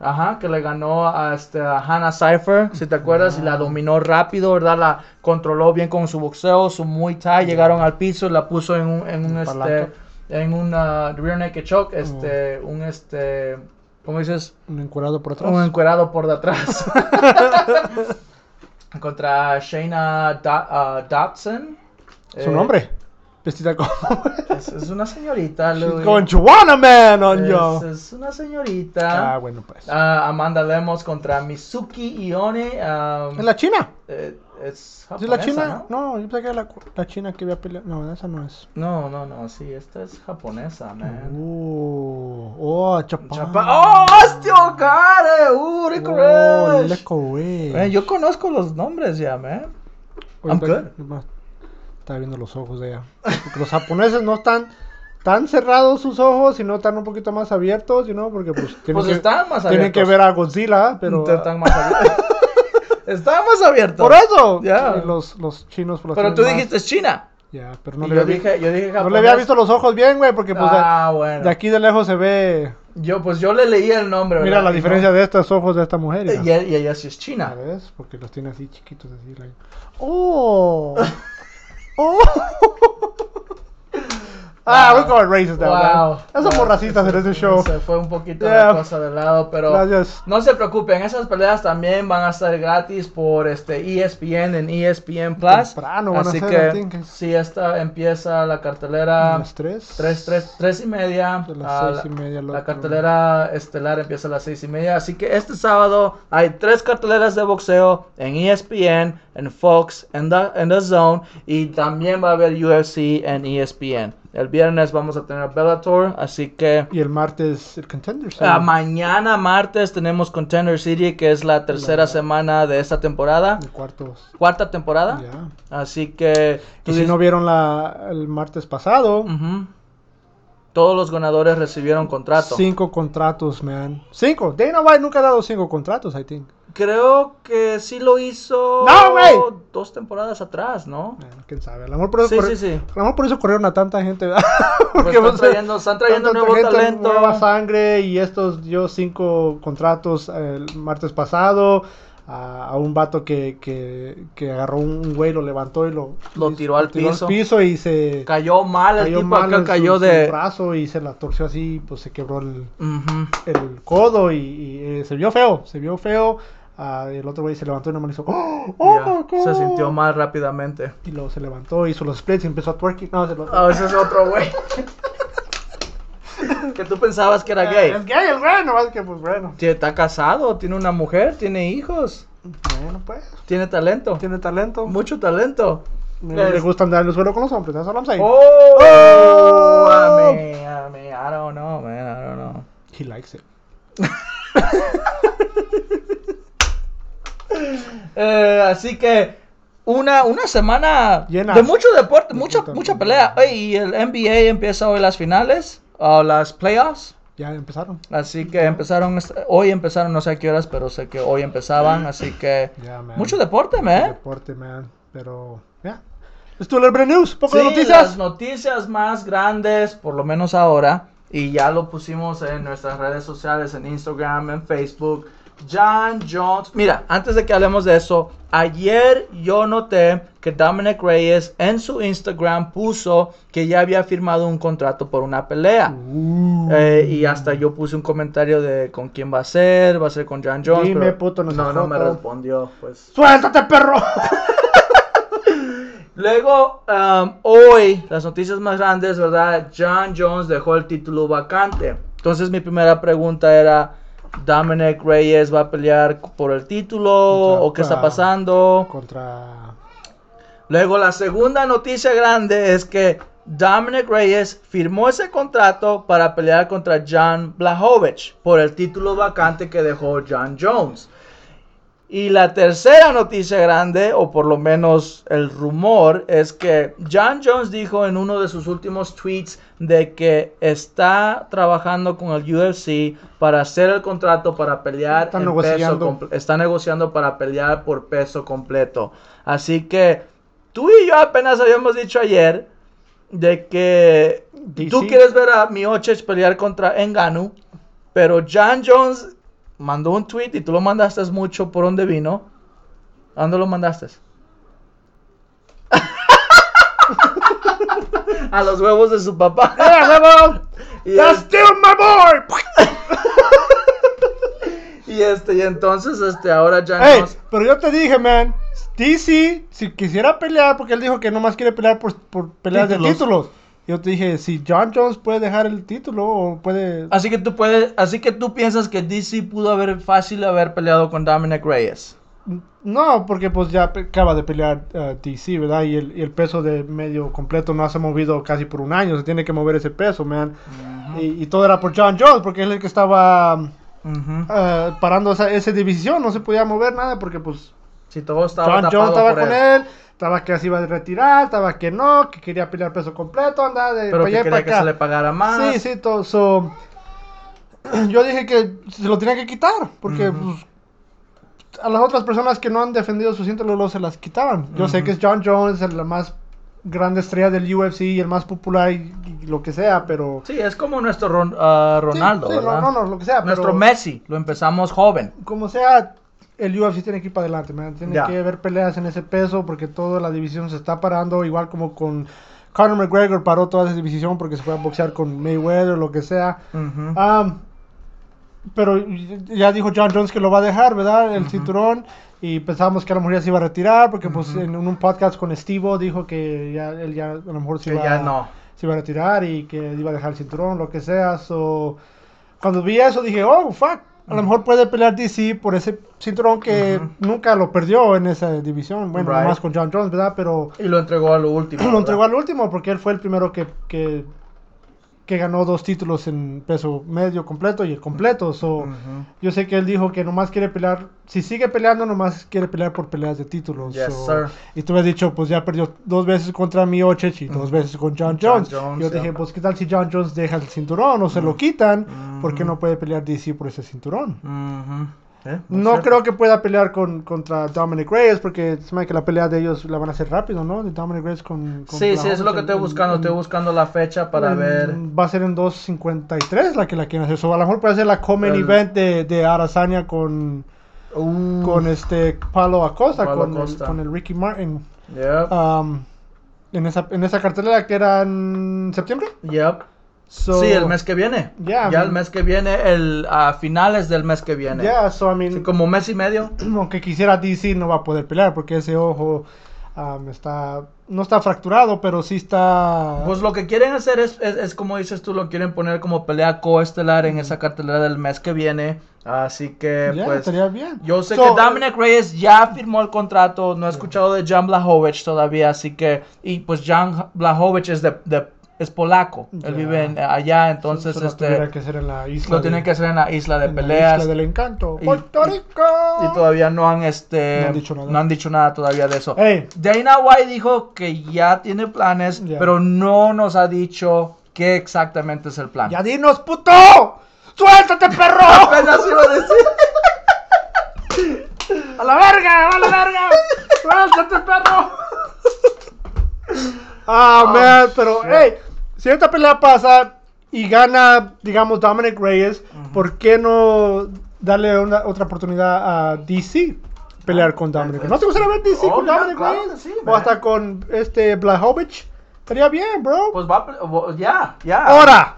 [SPEAKER 1] Ajá, que le ganó a, este, a Hannah Cypher, si te acuerdas,
[SPEAKER 2] Ah.
[SPEAKER 1] y la dominó rápido, ¿verdad? La controló bien con su boxeo, su Muay Thai, llegaron al piso, la puso en un, en un,
[SPEAKER 2] Un Oh.
[SPEAKER 1] este,
[SPEAKER 2] palanca.
[SPEAKER 1] en un ah, rear naked choke, este, un, este, ¿cómo dices?
[SPEAKER 2] Un encurado por atrás.
[SPEAKER 1] Un encuerado por detrás. Contra Shayna Do- ah, Dodson.
[SPEAKER 2] Su
[SPEAKER 1] Eh,
[SPEAKER 2] nombre. Vestida como.
[SPEAKER 1] Es, es una señorita,
[SPEAKER 2] She's
[SPEAKER 1] Louis.
[SPEAKER 2] going Juana Man on
[SPEAKER 1] Es,
[SPEAKER 2] you.
[SPEAKER 1] es una señorita.
[SPEAKER 2] Ah, bueno, pues.
[SPEAKER 1] Ah, Amanda Lemos contra Mizuki Ione. ah,
[SPEAKER 2] ¿Es la China?
[SPEAKER 1] eh, es
[SPEAKER 2] ¿Es la
[SPEAKER 1] japonesa,
[SPEAKER 2] China? No, yo pensé que era la, la China que había peleado. No, esa no es.
[SPEAKER 1] ¿no? no, no, no, sí, esta es japonesa,
[SPEAKER 2] Mm.
[SPEAKER 1] man.
[SPEAKER 2] Oh, oh, Chapán.
[SPEAKER 1] Chapa- ¡Oh, hostio, care! ¡Uh, Rick
[SPEAKER 2] Ah. Oh,
[SPEAKER 1] Rush!
[SPEAKER 2] leco, güey.
[SPEAKER 1] Eh, yo conozco los nombres ya, man. I'm
[SPEAKER 2] Ahorita- Estaba viendo los ojos de ella. Porque los japoneses no están tan cerrados sus ojos, sino están un poquito más abiertos, you know, porque pues tienen,
[SPEAKER 1] Pues
[SPEAKER 2] que,
[SPEAKER 1] están más
[SPEAKER 2] tienen que
[SPEAKER 1] abiertos.
[SPEAKER 2] ver a Godzilla, pero... ah.
[SPEAKER 1] Pero... Están más abiertos. Están más abiertos.
[SPEAKER 2] Por eso.
[SPEAKER 1] Ya.
[SPEAKER 2] Y Los, los chinos... pues, los
[SPEAKER 1] Pero
[SPEAKER 2] tienen
[SPEAKER 1] tú
[SPEAKER 2] más-
[SPEAKER 1] dijiste China.
[SPEAKER 2] Ya, pero no
[SPEAKER 1] Y
[SPEAKER 2] le,
[SPEAKER 1] yo,
[SPEAKER 2] había, vi-
[SPEAKER 1] dije, yo dije
[SPEAKER 2] no
[SPEAKER 1] japonés.
[SPEAKER 2] le había visto los ojos bien, güey, porque pues de-
[SPEAKER 1] Ah,
[SPEAKER 2] de,
[SPEAKER 1] bueno.
[SPEAKER 2] aquí de lejos se ve...
[SPEAKER 1] Yo, pues yo le leí el nombre.
[SPEAKER 2] Mira
[SPEAKER 1] ¿verdad?
[SPEAKER 2] la
[SPEAKER 1] Y no-
[SPEAKER 2] diferencia de estos ojos de esta mujer.
[SPEAKER 1] Eh,
[SPEAKER 2] mira.
[SPEAKER 1] Y, e- y ella sí es
[SPEAKER 2] ¿Ya
[SPEAKER 1] china.
[SPEAKER 2] ves? Porque los tiene así chiquitos, así, like... ¡Oh! ¡Oh! ah,
[SPEAKER 1] Wow.
[SPEAKER 2] we're going racist now,
[SPEAKER 1] Wow.
[SPEAKER 2] man. Ya somos
[SPEAKER 1] Wow,
[SPEAKER 2] racistas en
[SPEAKER 1] se-
[SPEAKER 2] este show.
[SPEAKER 1] Se fue un poquito
[SPEAKER 2] Yeah.
[SPEAKER 1] la cosa de lado, pero
[SPEAKER 2] Gracias.
[SPEAKER 1] no se preocupen, esas peleas también van a estar gratis por este ESPN en ESPN Plus.
[SPEAKER 2] Temprano van a
[SPEAKER 1] así
[SPEAKER 2] ser, I
[SPEAKER 1] que
[SPEAKER 2] think.
[SPEAKER 1] si esta empieza la
[SPEAKER 2] A
[SPEAKER 1] cartelera
[SPEAKER 2] las 3.
[SPEAKER 1] 3, 3, 3 y media.
[SPEAKER 2] De las
[SPEAKER 1] ah,
[SPEAKER 2] seis y media,
[SPEAKER 1] la-
[SPEAKER 2] lo
[SPEAKER 1] La
[SPEAKER 2] otro.
[SPEAKER 1] cartelera estelar empieza a las 6 y media. Así que este sábado hay tres carteleras de boxeo en E ESPN, en Fox, en The, en The Zone. Y también va a haber UFC en E ESPN. El viernes vamos a tener Bellator. Así que
[SPEAKER 2] Y el martes el Contender
[SPEAKER 1] ah,
[SPEAKER 2] Series.
[SPEAKER 1] mañana martes tenemos Contender City, que es la tercera semana de esta temporada.
[SPEAKER 2] El cuarto.
[SPEAKER 1] Cuarta temporada.
[SPEAKER 2] Ya.
[SPEAKER 1] Así que... tú
[SPEAKER 2] Y si
[SPEAKER 1] dices-
[SPEAKER 2] no vieron la, el martes pasado,
[SPEAKER 1] Ujú. Todos los ganadores recibieron contrato.
[SPEAKER 2] cinco contratos, man. Cinco. Dana White nunca ha dado cinco contratos, I think.
[SPEAKER 1] Creo que sí lo hizo.
[SPEAKER 2] ¡No, güey!
[SPEAKER 1] Dos temporadas atrás, ¿no?
[SPEAKER 2] Bueno, quién sabe. A lo mejor por eso,
[SPEAKER 1] Sí, sí,
[SPEAKER 2] corri-
[SPEAKER 1] sí.
[SPEAKER 2] A lo mejor por eso corrieron a tanta gente. ¿verdad?
[SPEAKER 1] Pues
[SPEAKER 2] Porque,
[SPEAKER 1] están
[SPEAKER 2] pues,
[SPEAKER 1] trayendo, están trayendo
[SPEAKER 2] tanta
[SPEAKER 1] nuevo
[SPEAKER 2] gente,
[SPEAKER 1] talento.
[SPEAKER 2] Nueva sangre y estos dio cinco contratos el martes pasado a, a un vato que, que, que agarró un güey, lo levantó y lo,
[SPEAKER 1] Lo tiró al piso.
[SPEAKER 2] y se
[SPEAKER 1] Cayó mal el
[SPEAKER 2] cayó
[SPEAKER 1] tipo,
[SPEAKER 2] mal
[SPEAKER 1] acá
[SPEAKER 2] en su-
[SPEAKER 1] cayó
[SPEAKER 2] su
[SPEAKER 1] de.
[SPEAKER 2] brazo y se la torció así, pues se quebró el,
[SPEAKER 1] Ujú.
[SPEAKER 2] el codo y, y, eh, se vio feo, se vio feo. Ah, el otro güey se levantó y nomás le hizo ¡Oh, oh
[SPEAKER 1] Ya,
[SPEAKER 2] my God".
[SPEAKER 1] Se sintió mal rápidamente.
[SPEAKER 2] Y luego se levantó, hizo los splits y empezó a twerking. No, se lo...
[SPEAKER 1] Ah, ese es otro güey. que tú pensabas que era
[SPEAKER 2] Eh, Es
[SPEAKER 1] gay.
[SPEAKER 2] gay, es bueno, más que pues bueno.
[SPEAKER 1] Sí, Está casado, tiene una mujer, tiene hijos,
[SPEAKER 2] Bueno, pues.
[SPEAKER 1] tiene talento.
[SPEAKER 2] Tiene talento.
[SPEAKER 1] Mucho talento.
[SPEAKER 2] No le gusta andar en el suelo con los hombres, that's all I'm saying.
[SPEAKER 1] Oh,
[SPEAKER 2] Oh.
[SPEAKER 1] I mean, I mean, I don't know, man, I don't know.
[SPEAKER 2] He likes it.
[SPEAKER 1] Eh, así que una, una semana
[SPEAKER 2] Llena.
[SPEAKER 1] de mucho deporte, mucha,
[SPEAKER 2] Mucho
[SPEAKER 1] mucha
[SPEAKER 2] deporte.
[SPEAKER 1] pelea. Oye, y el NBA empieza hoy las finales, o las playoffs.
[SPEAKER 2] Ya empezaron.
[SPEAKER 1] Así que empezaron, est- hoy empezaron, no sé a qué horas, pero sé que hoy empezaban. Así que
[SPEAKER 2] Ya, man.
[SPEAKER 1] mucho ¿eh? deporte, man.
[SPEAKER 2] Deporte, man. Pero, ya. Esto es tu News, poco
[SPEAKER 1] Sí,
[SPEAKER 2] de noticias.
[SPEAKER 1] las noticias más grandes, por lo menos ahora, Y ya lo pusimos en nuestras redes sociales, en Instagram, en Facebook. John Jones. Mira, antes de que hablemos de eso, ayer yo noté que Dominic Reyes en su Instagram puso que ya había firmado un contrato por una pelea.
[SPEAKER 2] Uh.
[SPEAKER 1] Eh, y hasta yo puse un comentario de con quién va a ser, va a ser con John Jones.
[SPEAKER 2] Dime,
[SPEAKER 1] pero
[SPEAKER 2] puto, no seas
[SPEAKER 1] no, no me
[SPEAKER 2] loco.
[SPEAKER 1] respondió, pues.
[SPEAKER 2] ¡Suéltate, perro!
[SPEAKER 1] Luego, um, hoy, las noticias más grandes, ¿verdad? John Jones dejó el título vacante. Entonces, mi primera pregunta era: ¿Dominic Reyes va a pelear por el título? ¿O qué está pasando?
[SPEAKER 2] Contra.
[SPEAKER 1] Luego, la segunda noticia grande es que Dominic Reyes firmó ese contrato para pelear contra John Blahovich por el título vacante que dejó John Jones. Y la tercera noticia grande, o por lo menos el rumor, es que John Jones dijo en uno de sus últimos tweets de que está trabajando con el UFC para hacer el contrato para pelear.
[SPEAKER 2] Está
[SPEAKER 1] en peso
[SPEAKER 2] negociando.
[SPEAKER 1] comple- está negociando para pelear por peso completo. Así que tú y yo apenas habíamos dicho ayer de que
[SPEAKER 2] DC.
[SPEAKER 1] tú quieres ver a Miocic pelear contra Enganu, pero John Jones mandó un tweet y tú lo mandaste mucho por donde vino. ¿A dónde lo mandaste? a los huevos de su papá.
[SPEAKER 2] ¡Eh, huevo!
[SPEAKER 1] Y
[SPEAKER 2] ¡That's
[SPEAKER 1] es-
[SPEAKER 2] still my boy!
[SPEAKER 1] Y este, y entonces este ahora John
[SPEAKER 2] Ey,
[SPEAKER 1] Jones.
[SPEAKER 2] pero yo te dije, man. DC, si quisiera pelear, porque él dijo que nomás quiere pelear por, por peleas de
[SPEAKER 1] Títulos.
[SPEAKER 2] títulos. Yo te dije, si John Jones puede dejar el título o puede.
[SPEAKER 1] Así que tú puedes, así que tú piensas que DC pudo haber fácil haber peleado con Dominic Reyes.
[SPEAKER 2] No, porque pues ya pe- acaba de pelear eh, DC, ¿verdad? Y el, y el peso de medio completo no se ha movido casi por un año. Se tiene que mover ese peso, man. y, y todo era por John Jones, porque él es el que estaba
[SPEAKER 1] Ujú.
[SPEAKER 2] eh, parando esa, esa división. No se podía mover nada porque pues
[SPEAKER 1] Si todo estaba
[SPEAKER 2] John
[SPEAKER 1] tapado
[SPEAKER 2] Jones estaba
[SPEAKER 1] por
[SPEAKER 2] con
[SPEAKER 1] él.
[SPEAKER 2] él. estaba que se iba a retirar, estaba que no, que quería pelear peso completo, andaba de
[SPEAKER 1] Pero
[SPEAKER 2] pa'
[SPEAKER 1] que
[SPEAKER 2] allá y
[SPEAKER 1] quería
[SPEAKER 2] pa'
[SPEAKER 1] que
[SPEAKER 2] pues acá.
[SPEAKER 1] se le pagara más.
[SPEAKER 2] Sí, sí, todo. so, yo dije que se lo tenía que quitar, porque
[SPEAKER 1] Ujú.
[SPEAKER 2] pues, a las otras personas que no han defendido sus títulos luego se las quitaban. Yo sé
[SPEAKER 1] Ujú.
[SPEAKER 2] que es John Jones, el- la más grande estrella del UFC y el más popular y, y lo que sea, pero...
[SPEAKER 1] Sí, es como nuestro Ron- ah,
[SPEAKER 2] Sí,
[SPEAKER 1] Ronaldo,
[SPEAKER 2] sí,
[SPEAKER 1] ¿verdad?
[SPEAKER 2] no, no, no, lo que sea,
[SPEAKER 1] nuestro
[SPEAKER 2] pero
[SPEAKER 1] Messi, lo empezamos joven.
[SPEAKER 2] como sea, el UFC tiene que ir para adelante, man. Tiene
[SPEAKER 1] Ya.
[SPEAKER 2] que haber peleas en ese peso porque toda la división se está parando, igual como con Conor McGregor paró toda esa división porque se fue a boxear con Mayweather, lo que sea.
[SPEAKER 1] Ujú.
[SPEAKER 2] Am, pero ya dijo John Jones que lo va a dejar, ¿verdad? El cinturón. Y pensábamos que a lo mejor ya se iba a retirar, porque pues en un podcast con Estivo dijo que ya él ya a lo mejor se
[SPEAKER 1] que
[SPEAKER 2] iba,
[SPEAKER 1] ya no.
[SPEAKER 2] se iba a retirar y que iba a dejar el cinturón, lo que sea. So, cuando vi eso dije, oh, fuck. A lo mejor puede pelear DC por ese cinturón que
[SPEAKER 1] Ujú.
[SPEAKER 2] nunca lo perdió en esa división. Bueno,
[SPEAKER 1] Right.
[SPEAKER 2] más con John Jones, ¿verdad? Pero
[SPEAKER 1] Y lo entregó a lo último.
[SPEAKER 2] lo
[SPEAKER 1] ¿verdad?
[SPEAKER 2] entregó al último porque él fue el primero que, que, que ganó dos títulos en peso medio completo y el completo. So,
[SPEAKER 1] Ujú.
[SPEAKER 2] Yo sé que él dijo que nomás quiere pelear, si sigue peleando, nomás quiere pelear por peleas de títulos.
[SPEAKER 1] Yes,
[SPEAKER 2] So,
[SPEAKER 1] sir.
[SPEAKER 2] Y tú me has dicho, pues ya perdió dos veces contra Miocic y dos veces con John
[SPEAKER 1] John
[SPEAKER 2] Jones.
[SPEAKER 1] Mm. Jones,
[SPEAKER 2] Yo
[SPEAKER 1] yeah. Mm.
[SPEAKER 2] dije, pues qué tal si John Jones deja el cinturón o se lo quitan, porque
[SPEAKER 1] Ujú.
[SPEAKER 2] no puede pelear DC por ese cinturón.
[SPEAKER 1] Ujú. Eh, muy
[SPEAKER 2] No
[SPEAKER 1] cierto.
[SPEAKER 2] creo que pueda pelear con, contra Dominic Reyes porque se me hace que la pelea de ellos la van a hacer rápido, ¿no? De Dominic Reyes con... con
[SPEAKER 1] Sí, sí, es lo que
[SPEAKER 2] Blahovic
[SPEAKER 1] estoy
[SPEAKER 2] en-
[SPEAKER 1] buscando.
[SPEAKER 2] en-
[SPEAKER 1] Estoy buscando la fecha para
[SPEAKER 2] en-
[SPEAKER 1] ver.
[SPEAKER 2] Va a ser en 2.53 la que la quieren hacer. So, a lo mejor puede ser la common
[SPEAKER 1] El-
[SPEAKER 2] event de, de Arasania con,
[SPEAKER 1] Uh,
[SPEAKER 2] con este Palo Acosta,
[SPEAKER 1] Paulo
[SPEAKER 2] con,
[SPEAKER 1] Acosta.
[SPEAKER 2] El, con el Ricky Martin.
[SPEAKER 1] Yep.
[SPEAKER 2] Um, en, esa, en esa cartelera que era en septiembre.
[SPEAKER 1] yep.
[SPEAKER 2] So,
[SPEAKER 1] sí, el mes que viene. ya
[SPEAKER 2] Yeah, I
[SPEAKER 1] el
[SPEAKER 2] mean-
[SPEAKER 1] mes que viene, el, a finales del mes que viene.
[SPEAKER 2] Yeah, so I mean,
[SPEAKER 1] Sí, como mes y medio.
[SPEAKER 2] aunque quisiera DC no va a poder pelear porque ese ojo um, está no está fracturado pero sí está
[SPEAKER 1] Pues lo que quieren hacer es, es, es como dices tú, lo quieren poner como pelea coestelar en esa cartelera del mes que viene. Así que,
[SPEAKER 2] Ya,
[SPEAKER 1] pues.
[SPEAKER 2] estaría bien
[SPEAKER 1] Yo sé
[SPEAKER 2] So,
[SPEAKER 1] que Dominic Reyes ya firmó el contrato. No he escuchado de Jan Blachowicz todavía, así que. Y pues Jan Blachowicz es, de, de- es polaco.
[SPEAKER 2] Ya.
[SPEAKER 1] Él vive en- allá,
[SPEAKER 2] eh,
[SPEAKER 1] entonces
[SPEAKER 2] eso lo
[SPEAKER 1] este,
[SPEAKER 2] tuviera que hacer en la isla
[SPEAKER 1] lo tienen que hacer en la isla de
[SPEAKER 2] en la
[SPEAKER 1] peleas.
[SPEAKER 2] isla del encanto
[SPEAKER 1] Y-
[SPEAKER 2] Puerto
[SPEAKER 1] y-
[SPEAKER 2] Rico
[SPEAKER 1] Y todavía no han, este,
[SPEAKER 2] No han dicho nada.
[SPEAKER 1] no han dicho nada todavía de eso.
[SPEAKER 2] Ey,
[SPEAKER 1] Dana White dijo que ya tiene planes,
[SPEAKER 2] Ya.
[SPEAKER 1] pero no nos ha dicho qué exactamente es el plan.
[SPEAKER 2] ya dinos puto suéltate perro
[SPEAKER 1] Apenas iba a decir.
[SPEAKER 2] a la verga a la verga suéltate perro ah man pero
[SPEAKER 1] shit.
[SPEAKER 2] hey si esta pelea pasa y gana, digamos, Dominic Reyes,
[SPEAKER 1] Ujú.
[SPEAKER 2] ¿por qué no darle una, otra oportunidad a DC? Pelear con Dominic.
[SPEAKER 1] pues,
[SPEAKER 2] ¿No te gustaría ver DC
[SPEAKER 1] oh,
[SPEAKER 2] con
[SPEAKER 1] ya,
[SPEAKER 2] Dominic
[SPEAKER 1] claro
[SPEAKER 2] Reyes?
[SPEAKER 1] que sí,
[SPEAKER 2] o
[SPEAKER 1] man.
[SPEAKER 2] hasta con este Blahovich. Estaría bien, bro.
[SPEAKER 1] Pues va, a pre- bo- ya, ya.
[SPEAKER 2] Ahora.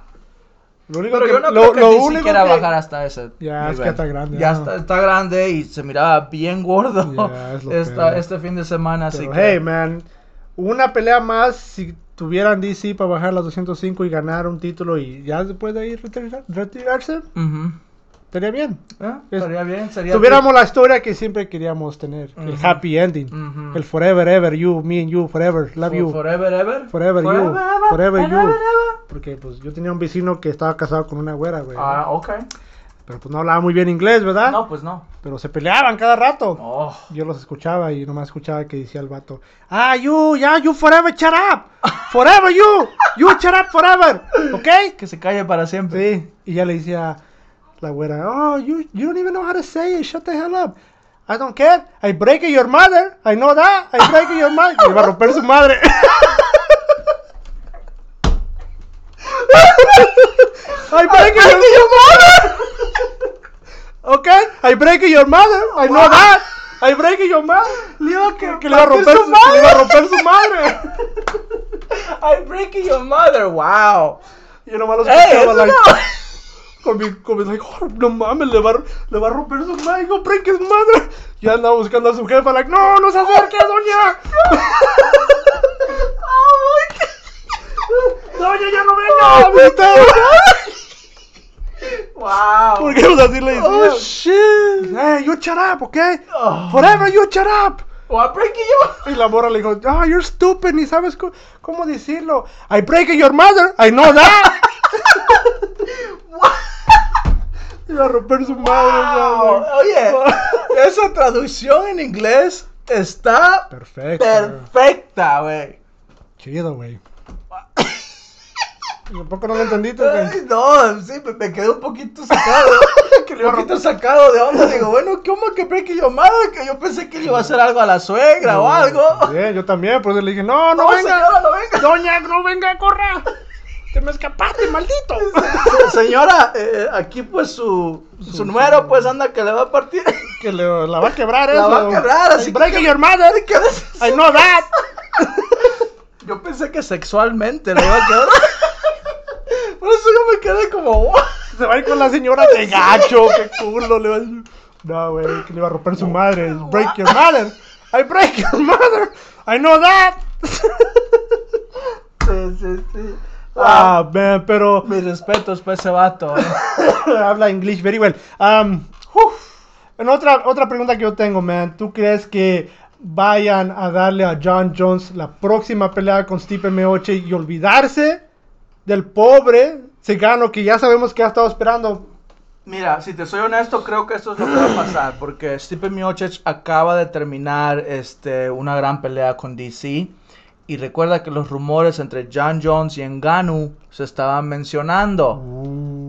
[SPEAKER 2] Lo único
[SPEAKER 1] Pero
[SPEAKER 2] que,
[SPEAKER 1] yo no
[SPEAKER 2] lo,
[SPEAKER 1] creo que
[SPEAKER 2] lo
[SPEAKER 1] DC
[SPEAKER 2] único
[SPEAKER 1] quiera
[SPEAKER 2] que-
[SPEAKER 1] bajar hasta ese.
[SPEAKER 2] Ya, es que
[SPEAKER 1] nivel.
[SPEAKER 2] está grande,
[SPEAKER 1] Ya
[SPEAKER 2] ¿no?
[SPEAKER 1] está, está grande y se miraba bien gordo
[SPEAKER 2] Ya, es lo
[SPEAKER 1] esta-
[SPEAKER 2] peor.
[SPEAKER 1] este fin de semana. Así
[SPEAKER 2] Pero,
[SPEAKER 1] que,
[SPEAKER 2] hey, man, una pelea más si tuvieran DC para bajar las 205 y ganar un título y ya después de ahí retirar- retirarse,
[SPEAKER 1] ujú.
[SPEAKER 2] estaría bien.
[SPEAKER 1] Eh, Estaría bien, sería.
[SPEAKER 2] Tuviéramos la historia que siempre queríamos tener, el
[SPEAKER 1] Ujú.
[SPEAKER 2] happy ending,
[SPEAKER 1] Ujú.
[SPEAKER 2] el forever, ever, you, me and you, forever, love
[SPEAKER 1] For-
[SPEAKER 2] you.
[SPEAKER 1] Forever, ever.
[SPEAKER 2] Forever you.
[SPEAKER 1] ever,
[SPEAKER 2] Forever
[SPEAKER 1] and
[SPEAKER 2] you.
[SPEAKER 1] ever, ever.
[SPEAKER 2] Porque pues yo tenía un vecino que estaba casado con una güera, güey.
[SPEAKER 1] Ah, ok.
[SPEAKER 2] Pero pues no hablaba muy bien inglés, ¿verdad?
[SPEAKER 1] No, pues no.
[SPEAKER 2] Pero se peleaban cada rato.
[SPEAKER 1] Oh.
[SPEAKER 2] Yo los escuchaba y nomás escuchaba que decía el vato, ah, you, yeah, you forever shut up, forever you, you shut up forever, ¿ok?
[SPEAKER 1] Que se calle para siempre.
[SPEAKER 2] Sí, y ya le decía la güera, oh, you, you don't even know how to say it, shut the hell up, I don't care, I break your mother, I know that, I break your mother, y le va a romper su madre. I break your Ok, I break your mother. I know that. I break your mother.
[SPEAKER 1] Le iba a que,
[SPEAKER 2] Que le va a romper su, que le iba a romper su madre.
[SPEAKER 1] I'm breaking your mother. Wow.
[SPEAKER 2] Yo nomás lo
[SPEAKER 1] Hey,
[SPEAKER 2] escuchaba
[SPEAKER 1] eso
[SPEAKER 2] like,
[SPEAKER 1] no.
[SPEAKER 2] con mi, con mi, like, oh, no mames, le va, a ro- le va a romper su madre. Yo break his mother. Ya andaba buscando a su jefa, like, no, no se acerque, doña. Doña, ya no venga. amistad.
[SPEAKER 1] Wow.
[SPEAKER 2] ¿Por qué pues así le decía?
[SPEAKER 1] Oh shit.
[SPEAKER 2] Hey, you shut up, okay?
[SPEAKER 1] Oh.
[SPEAKER 2] Forever you shut up.
[SPEAKER 1] Oh, I'm breaking your.
[SPEAKER 2] Y la morra le dijo, ah, you're stupid, ni sabes co- cómo decirlo. I break your mother, I know that. Iba a romper su
[SPEAKER 1] Wow.
[SPEAKER 2] madre.
[SPEAKER 1] Oye, esa traducción en inglés está
[SPEAKER 2] Perfecto.
[SPEAKER 1] perfecta, güey.
[SPEAKER 2] Chido, güey. Tampoco no lo entendiste, güey.
[SPEAKER 1] Ay, No, sí, me, me quedé un poquito sacado.
[SPEAKER 2] Que le
[SPEAKER 1] un
[SPEAKER 2] iba a
[SPEAKER 1] poquito
[SPEAKER 2] romper-
[SPEAKER 1] sacado de onda. Digo, bueno, ¿cómo que breaking your mother? Que yo pensé que le iba a hacer algo a la suegra o algo.
[SPEAKER 2] Bien, yo también, por eso le dije, no, no,
[SPEAKER 1] No,
[SPEAKER 2] venga.
[SPEAKER 1] señora, no venga.
[SPEAKER 2] Doña, no venga, corra. Te me escapaste, maldito.
[SPEAKER 1] Señora, eh, aquí pues su, su número pues anda que le va a partir.
[SPEAKER 2] que le- la va a quebrar
[SPEAKER 1] La
[SPEAKER 2] eso.
[SPEAKER 1] va a quebrar, así
[SPEAKER 2] I break
[SPEAKER 1] que-
[SPEAKER 2] your mother,
[SPEAKER 1] ¿Qué haces?
[SPEAKER 2] I know that.
[SPEAKER 1] Yo pensé que sexualmente le iba a quedar. Por eso yo me quedé como. "What?"
[SPEAKER 2] Se va a ir con la señora de gacho, qué culo le va a decir. No, güey, que le va a romper su madre. Break your mother. I break your mother. I know that.
[SPEAKER 1] Sí, sí, sí. Ah,
[SPEAKER 2] Ah, man, pero
[SPEAKER 1] mis respetos para ese vato. eh.
[SPEAKER 2] habla inglés very well. Um, uf. En otra, otra pregunta que yo tengo, man. ¿Tú crees que vayan a darle a John Jones la próxima pelea con Stipe Meoche y olvidarse del pobre cigano que ya sabemos que ha estado esperando?
[SPEAKER 1] Mira, si te soy honesto, creo que esto es lo que va a pasar. Porque Stipe Miocic acaba de terminar este, una gran pelea con DC. Y recuerda que los rumores entre John Jones y Enganu se estaban mencionando.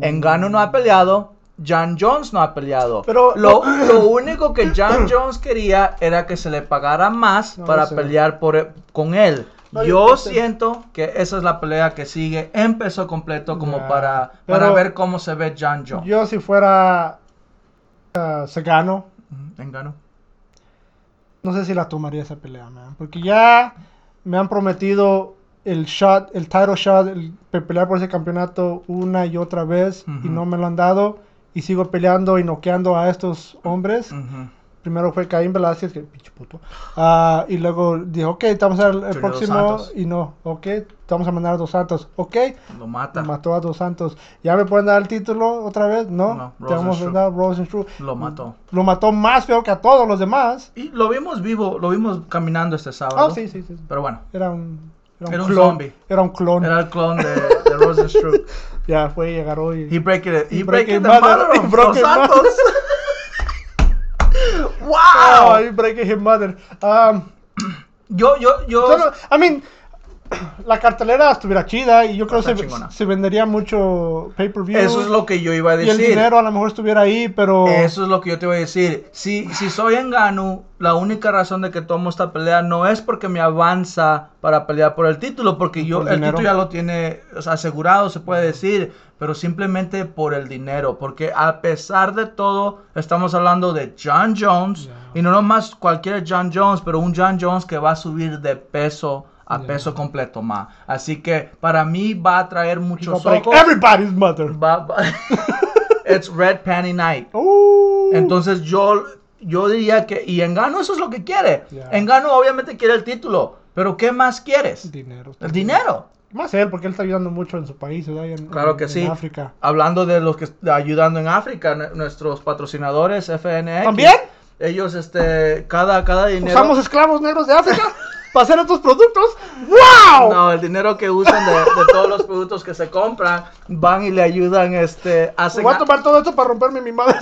[SPEAKER 1] Engano no ha peleado, Jan Jones no ha peleado.
[SPEAKER 2] Pero- oh,
[SPEAKER 1] lo, lo único que Jan Jones quería era que se le pagara más
[SPEAKER 2] No
[SPEAKER 1] para
[SPEAKER 2] sé.
[SPEAKER 1] pelear por, e, con él.
[SPEAKER 2] No,
[SPEAKER 1] yo
[SPEAKER 2] yo sé.
[SPEAKER 1] siento que esa es la pelea que sigue en peso completo como
[SPEAKER 2] Ya.
[SPEAKER 1] para,
[SPEAKER 2] Pero-
[SPEAKER 1] para ver cómo se ve Jan Jones.
[SPEAKER 2] Yo si fuera ah, Cegano,
[SPEAKER 1] Ujú, Engano.
[SPEAKER 2] no sé si la tomaría esa pelea, man. Porque ya me han prometido el shot, el title shot, el pe- pelear por ese campeonato una y otra vez
[SPEAKER 1] Ujú.
[SPEAKER 2] y no me lo han dado. Y sigo peleando y noqueando a estos hombres.
[SPEAKER 1] Ujú.
[SPEAKER 2] Primero fue Caín Velázquez, que pinche puto. Ah, y luego dijo, ok, estamos al el
[SPEAKER 1] Julio
[SPEAKER 2] próximo.
[SPEAKER 1] Dos Santos.
[SPEAKER 2] Y no, ok, te vamos a mandar a Dos Santos. Ok,
[SPEAKER 1] Lo mata.
[SPEAKER 2] mató a Dos Santos. ¿Ya me pueden dar el título otra vez? No,
[SPEAKER 1] No,
[SPEAKER 2] te vamos a
[SPEAKER 1] Rosenstruck.
[SPEAKER 2] dar Rosenstruck.
[SPEAKER 1] Lo mató.
[SPEAKER 2] Lo mató más feo que a todos los demás.
[SPEAKER 1] Y lo vimos vivo, lo vimos caminando este sábado.
[SPEAKER 2] Ah, sí, sí, sí.
[SPEAKER 1] Pero bueno,
[SPEAKER 2] Era un.
[SPEAKER 1] Era un
[SPEAKER 2] clon.
[SPEAKER 1] zombie.
[SPEAKER 2] Era un clon.
[SPEAKER 1] era el clon de, de Rosenstruck.
[SPEAKER 2] Ya fue y agarró y.
[SPEAKER 1] He breaking it. He,
[SPEAKER 2] He
[SPEAKER 1] breaking
[SPEAKER 2] breaking
[SPEAKER 1] the
[SPEAKER 2] mother-
[SPEAKER 1] mother
[SPEAKER 2] he
[SPEAKER 1] of Los
[SPEAKER 2] broken mother.
[SPEAKER 1] Santos.
[SPEAKER 2] Oh,
[SPEAKER 1] wow.
[SPEAKER 2] he breaking his mother. Um,
[SPEAKER 1] Yo, yo, yo.
[SPEAKER 2] solo- I mean, la cartelera estuviera chida y yo creo
[SPEAKER 1] Está
[SPEAKER 2] que se,
[SPEAKER 1] chingona.
[SPEAKER 2] se vendería mucho pay-per-view.
[SPEAKER 1] Eso es lo que yo iba a
[SPEAKER 2] Y el
[SPEAKER 1] decir.
[SPEAKER 2] dinero a lo mejor estuviera ahí, pero...
[SPEAKER 1] Eso es lo que yo te voy a decir. Si, si soy Engano, la única razón de que tomo esta pelea no es porque me avanza para pelear por el título, porque yo
[SPEAKER 2] Por
[SPEAKER 1] el,
[SPEAKER 2] el dinero.
[SPEAKER 1] título ya lo tiene o sea, asegurado, se puede decir, pero simplemente por el dinero, porque a pesar de todo, estamos hablando de John Jones,
[SPEAKER 2] Ya.
[SPEAKER 1] y no nomás cualquier John Jones, pero un John Jones que va a subir de peso a
[SPEAKER 2] Ya.
[SPEAKER 1] peso completo más. Así que para mí va a traer muchos
[SPEAKER 2] Like
[SPEAKER 1] socos.
[SPEAKER 2] everybody's mother.
[SPEAKER 1] Va- va- It's Red Panty Night.
[SPEAKER 2] Uh,
[SPEAKER 1] Entonces yo, yo diría que, y Engano eso es lo que quiere.
[SPEAKER 2] Ya.
[SPEAKER 1] Engano obviamente quiere el título, pero ¿qué más quieres?
[SPEAKER 2] Dinero.
[SPEAKER 1] El dinero.
[SPEAKER 2] Más él, porque él está ayudando mucho en su país, ¿verdad? Y En,
[SPEAKER 1] Claro que
[SPEAKER 2] en
[SPEAKER 1] sí.
[SPEAKER 2] África.
[SPEAKER 1] Hablando de los que está ayudando en África, n- nuestros patrocinadores FNX.
[SPEAKER 2] ¿También? Pues
[SPEAKER 1] Ellos, este, cada, cada dinero...
[SPEAKER 2] ¿Usamos esclavos negros de África para hacer estos productos? ¡Wow!
[SPEAKER 1] No, el dinero que usan de, de todos los productos que se compran, van y le ayudan, este, hacen...
[SPEAKER 2] Pues Voy a tomar todo esto para romperme mi madre.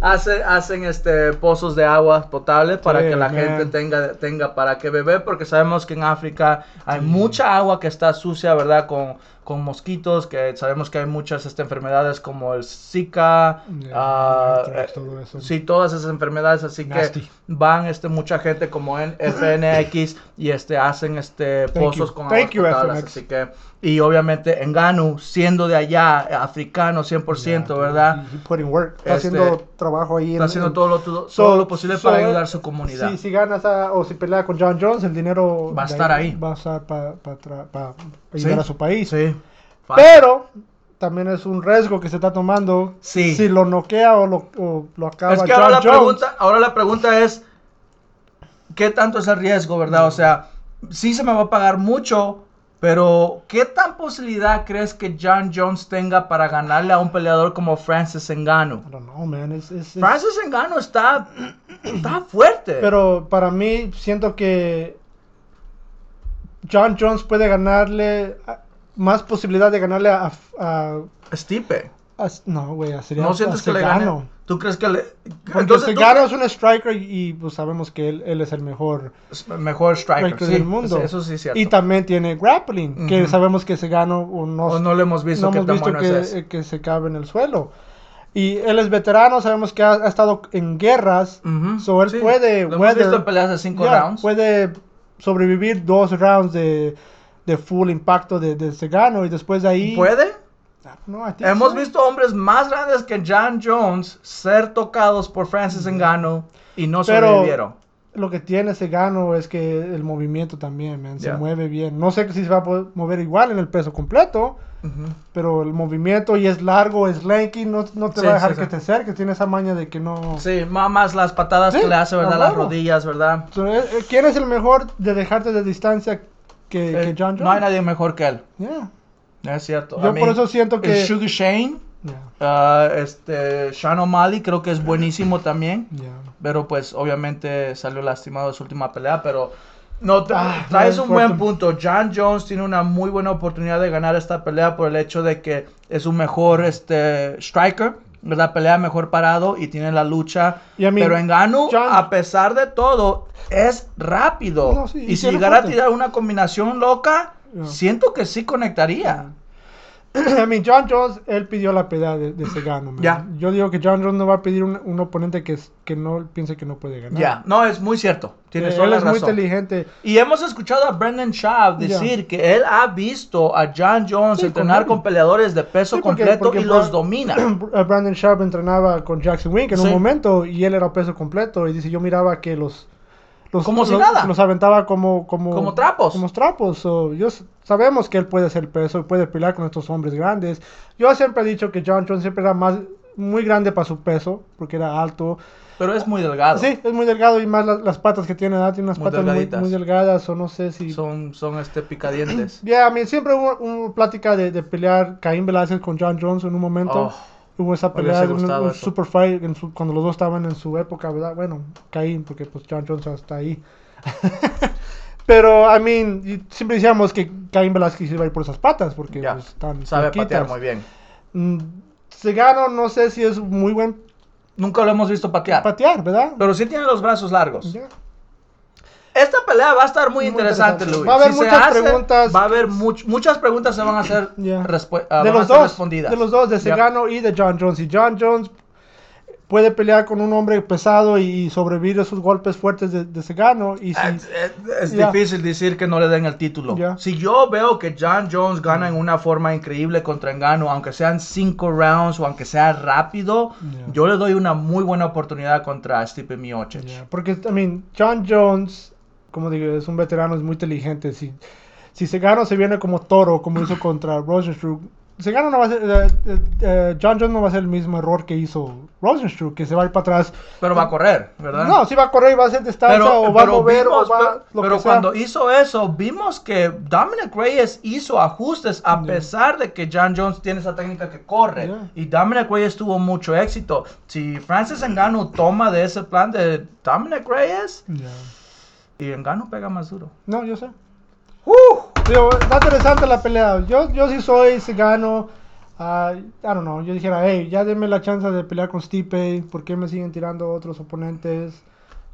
[SPEAKER 1] Hacen, hacen este pozos de agua potable para
[SPEAKER 2] Sí,
[SPEAKER 1] que la
[SPEAKER 2] man.
[SPEAKER 1] gente tenga, tenga para que beber, porque sabemos que en África hay mucha agua que está sucia, ¿verdad? Con, con mosquitos, que sabemos que hay muchas este, enfermedades como el Zika,
[SPEAKER 2] Ya,
[SPEAKER 1] ah,
[SPEAKER 2] anthrax,
[SPEAKER 1] eh,
[SPEAKER 2] todo eso.
[SPEAKER 1] sí, todas esas enfermedades, así
[SPEAKER 2] Nasty.
[SPEAKER 1] que van este mucha gente como en FNX y este hacen este
[SPEAKER 2] Thank
[SPEAKER 1] pozos
[SPEAKER 2] you.
[SPEAKER 1] con aguas
[SPEAKER 2] Thank you,
[SPEAKER 1] potables,
[SPEAKER 2] FNX.
[SPEAKER 1] así que y obviamente Engano siendo de allá, africano 100%,
[SPEAKER 2] Ya,
[SPEAKER 1] ¿verdad?
[SPEAKER 2] he- he put in work. Está
[SPEAKER 1] Este,
[SPEAKER 2] haciendo trabajo ahí. en-
[SPEAKER 1] Está haciendo
[SPEAKER 2] en-
[SPEAKER 1] todo lo, todo,
[SPEAKER 2] So-
[SPEAKER 1] todo lo posible para
[SPEAKER 2] so-
[SPEAKER 1] ayudar a su comunidad.
[SPEAKER 2] Sí, si ganas a- o si pelea con John Jones, el dinero
[SPEAKER 1] Va a
[SPEAKER 2] de
[SPEAKER 1] estar ahí.
[SPEAKER 2] Va a estar para
[SPEAKER 1] Sí.
[SPEAKER 2] ayudar a su país.
[SPEAKER 1] Sí.
[SPEAKER 2] Pero también es un riesgo que se está tomando.
[SPEAKER 1] Sí.
[SPEAKER 2] Si lo noquea o lo, o lo acaba
[SPEAKER 1] es que
[SPEAKER 2] John
[SPEAKER 1] ahora la,
[SPEAKER 2] Jones.
[SPEAKER 1] pregunta, ahora la pregunta es, ¿qué tanto es el riesgo, verdad? O sea, sí se me va a pagar mucho, pero ¿qué tan posibilidad crees que John Jones tenga para ganarle a un peleador como Francis Ngannou?
[SPEAKER 2] I don't know, man. Es- es- es-
[SPEAKER 1] Francis Ngannou está, está fuerte.
[SPEAKER 2] pero para mí siento que John Jones puede ganarle a- más posibilidad de ganarle a, a-
[SPEAKER 1] Stipe,
[SPEAKER 2] a- Ah, no, güey, a sería
[SPEAKER 1] ¿no
[SPEAKER 2] a
[SPEAKER 1] sientes que le
[SPEAKER 2] Segano.
[SPEAKER 1] gane? ¿Tú crees que le...?
[SPEAKER 2] Porque
[SPEAKER 1] Entonces, ¿tú
[SPEAKER 2] Segano es un striker y pues sabemos que él, él es el mejor
[SPEAKER 1] crees- mejor striker,
[SPEAKER 2] striker
[SPEAKER 1] sí,
[SPEAKER 2] del mundo.
[SPEAKER 1] Eso sí es cierto.
[SPEAKER 2] Y también tiene grappling, que
[SPEAKER 1] Ujú.
[SPEAKER 2] sabemos que Segano o no,
[SPEAKER 1] o no lo hemos visto
[SPEAKER 2] no
[SPEAKER 1] qué
[SPEAKER 2] hemos
[SPEAKER 1] tan
[SPEAKER 2] visto
[SPEAKER 1] bueno
[SPEAKER 2] que, eh,
[SPEAKER 1] es ese.
[SPEAKER 2] que se cabe en el suelo. Y él es veterano, sabemos que ha, ha estado en guerras,
[SPEAKER 1] Ujú,
[SPEAKER 2] so él
[SPEAKER 1] sí.
[SPEAKER 2] puede,
[SPEAKER 1] Lo hemos
[SPEAKER 2] weather-
[SPEAKER 1] visto en peleas de 5
[SPEAKER 2] yeah,
[SPEAKER 1] Mm, rounds.
[SPEAKER 2] puede sobrevivir dos rounds de, de full impacto de, de Segano y después de ahí... Ah,
[SPEAKER 1] ¿Puede?
[SPEAKER 2] No, I think
[SPEAKER 1] Hemos
[SPEAKER 2] so.
[SPEAKER 1] visto hombres más grandes que John Jones ser tocados por Francis Ngannou y no
[SPEAKER 2] Mm. Pero-
[SPEAKER 1] sobrevivieron.
[SPEAKER 2] Lo que tiene Segano es que el movimiento también, man, se
[SPEAKER 1] Yeah.
[SPEAKER 2] mueve bien. No sé si se va a poder mover igual en el peso completo,
[SPEAKER 1] Ujú.
[SPEAKER 2] pero el movimiento y es largo, es lanky, no, no te
[SPEAKER 1] Sí,
[SPEAKER 2] va a dejar
[SPEAKER 1] sí,
[SPEAKER 2] que
[SPEAKER 1] sí.
[SPEAKER 2] te acerques, tiene esa maña de que no...
[SPEAKER 1] Sí, ma- más las patadas
[SPEAKER 2] Sí,
[SPEAKER 1] que le hace,
[SPEAKER 2] a
[SPEAKER 1] ¿verdad? Las
[SPEAKER 2] huevo.
[SPEAKER 1] rodillas, ¿verdad?
[SPEAKER 2] So, eh, eh, ¿Quién es el mejor de dejarte de distancia que, que
[SPEAKER 1] Eh,
[SPEAKER 2] John Jones?
[SPEAKER 1] no hay nadie mejor que él.
[SPEAKER 2] Yeah,
[SPEAKER 1] Es cierto.
[SPEAKER 2] Yo por eso siento
[SPEAKER 1] el
[SPEAKER 2] que-
[SPEAKER 1] Sugar Shane,
[SPEAKER 2] yeah,
[SPEAKER 1] ah, este, Sean O'Malley, creo que es buenísimo también.
[SPEAKER 2] yeah.
[SPEAKER 1] Pero pues obviamente salió lastimado de su última pelea, pero no tra-
[SPEAKER 2] Ah,
[SPEAKER 1] traes
[SPEAKER 2] no,
[SPEAKER 1] un buen
[SPEAKER 2] fuerte.
[SPEAKER 1] punto. John Jones tiene una muy buena oportunidad de ganar esta pelea por el hecho de que es un mejor este striker, ¿verdad? Pelea mejor parado y tiene la lucha.
[SPEAKER 2] Y a mí-
[SPEAKER 1] pero Engano,
[SPEAKER 2] John-
[SPEAKER 1] a pesar de todo, es rápido.
[SPEAKER 2] No, sí, y
[SPEAKER 1] y si
[SPEAKER 2] tiene
[SPEAKER 1] llegara a
[SPEAKER 2] fuerte.
[SPEAKER 1] tirar una combinación loca,
[SPEAKER 2] Ya.
[SPEAKER 1] siento que sí conectaría.
[SPEAKER 2] I mean, John Jones, él pidió la pelea de, de Segano. man.
[SPEAKER 1] Ya.
[SPEAKER 2] Yo digo que John Jones no va a pedir un, un oponente que, es- que no piense que no puede
[SPEAKER 1] Ya,
[SPEAKER 2] ganar.
[SPEAKER 1] no, es muy cierto.
[SPEAKER 2] Eh,
[SPEAKER 1] Tienes toda
[SPEAKER 2] él
[SPEAKER 1] la
[SPEAKER 2] es muy
[SPEAKER 1] razón.
[SPEAKER 2] inteligente.
[SPEAKER 1] Y hemos escuchado a Brendan Schaub
[SPEAKER 2] Ya.
[SPEAKER 1] decir que él ha visto a John Jones
[SPEAKER 2] Sí,
[SPEAKER 1] entrenar
[SPEAKER 2] con-
[SPEAKER 1] con peleadores de peso
[SPEAKER 2] Sí, porque-
[SPEAKER 1] completo
[SPEAKER 2] porque
[SPEAKER 1] y los
[SPEAKER 2] Bra- eh,
[SPEAKER 1] domina.
[SPEAKER 2] Brandon Sharp entrenaba con Jackson Wink en un
[SPEAKER 1] Sí.
[SPEAKER 2] momento y él era peso completo. Y dice, yo miraba que los... los
[SPEAKER 1] Como si
[SPEAKER 2] los-
[SPEAKER 1] nada.
[SPEAKER 2] Los aventaba como... Como,
[SPEAKER 1] Como trapos.
[SPEAKER 2] Como trapos. So, yo, s- sabemos que él puede hacer peso y puede pelear con estos hombres grandes. Yo siempre he dicho que John Jones siempre era más... Muy grande para su peso, porque era alto.
[SPEAKER 1] Pero es muy delgado.
[SPEAKER 2] Sí, es muy delgado y más las, las patas que tiene, ¿verdad? tiene unas
[SPEAKER 1] Muy
[SPEAKER 2] patas muy,
[SPEAKER 1] delgaditas.
[SPEAKER 2] muy delgadas o no sé si...
[SPEAKER 1] Son, son este picadientes.
[SPEAKER 2] Ya, a mí siempre hubo una plática de, de pelear Caín Velázquez con John Jones en un momento.
[SPEAKER 1] Oh,
[SPEAKER 2] hubo esa
[SPEAKER 1] me
[SPEAKER 2] pelea,
[SPEAKER 1] hubiese
[SPEAKER 2] de un,
[SPEAKER 1] gustado
[SPEAKER 2] un
[SPEAKER 1] eso.
[SPEAKER 2] super fight en su- cuando los dos estaban en su época, ¿verdad? Bueno, Caín, porque pues John Jones está ahí. Pero, I mean, y siempre decíamos que Caín Velázquez iba a ir por esas patas, porque
[SPEAKER 1] ya.
[SPEAKER 2] pues, están
[SPEAKER 1] Sabe patear
[SPEAKER 2] flaquitas.
[SPEAKER 1] muy bien.
[SPEAKER 2] Mm, Segano, no sé si es muy buen
[SPEAKER 1] Nunca lo hemos visto patear.
[SPEAKER 2] patear, ¿verdad?
[SPEAKER 1] Pero sí tiene los brazos largos.
[SPEAKER 2] Ya.
[SPEAKER 1] Esta pelea va a estar muy,
[SPEAKER 2] Muy
[SPEAKER 1] interesante,
[SPEAKER 2] interesante.
[SPEAKER 1] Luis.
[SPEAKER 2] Va a haber
[SPEAKER 1] se
[SPEAKER 2] muchas preguntas.
[SPEAKER 1] Va a haber much- muchas preguntas se van a hacer,
[SPEAKER 2] Ya.
[SPEAKER 1] respu- ah,
[SPEAKER 2] de
[SPEAKER 1] van a
[SPEAKER 2] los
[SPEAKER 1] ser
[SPEAKER 2] dos,
[SPEAKER 1] respondidas.
[SPEAKER 2] de los dos, de
[SPEAKER 1] Yep.
[SPEAKER 2] Segano y de John Jones. Y John Jones puede pelear con un hombre pesado y sobrevivir a esos golpes fuertes de, de Segano. Y si,
[SPEAKER 1] Ah, Es, es- es
[SPEAKER 2] Ya.
[SPEAKER 1] difícil decir que no le den el título.
[SPEAKER 2] Ya.
[SPEAKER 1] Si yo veo que John Jones gana en una forma increíble contra Engano, aunque sean cinco rounds o aunque sea rápido,
[SPEAKER 2] Ya.
[SPEAKER 1] yo le doy una muy buena oportunidad contra Stipe Miocic.
[SPEAKER 2] Yeah, porque, I mean, John Jones, como digo, es un veterano, es muy inteligente. Si, si Segano se viene como toro, como hizo contra Rosenstruck, Segano no va a ser, eh, eh, eh, John Jones no va a hacer el mismo error que hizo Rosenstruck, que se va a ir para atrás.
[SPEAKER 1] Pero va a correr, ¿verdad?
[SPEAKER 2] No, si va a correr y va a hacer distancia o va a mover
[SPEAKER 1] vimos-
[SPEAKER 2] o va
[SPEAKER 1] pero-
[SPEAKER 2] lo
[SPEAKER 1] pero
[SPEAKER 2] que sea.
[SPEAKER 1] cuando hizo eso, vimos que Dominic Reyes hizo ajustes a pesar de que John Jones tiene esa técnica que corre.
[SPEAKER 2] Yeah.
[SPEAKER 1] Y Dominic Reyes tuvo mucho éxito. Si Francis Engano toma de ese plan de Dominic Reyes,
[SPEAKER 2] Yeah.
[SPEAKER 1] y Engano pega más duro.
[SPEAKER 2] No, yo sé.
[SPEAKER 1] ¡Uh!
[SPEAKER 2] Digo, está interesante la pelea. Yo, yo sí soy Segano. ah, I don't know. Yo dijera, hey, ya denme la chance de pelear con Stipe. ¿Por qué me siguen tirando otros oponentes?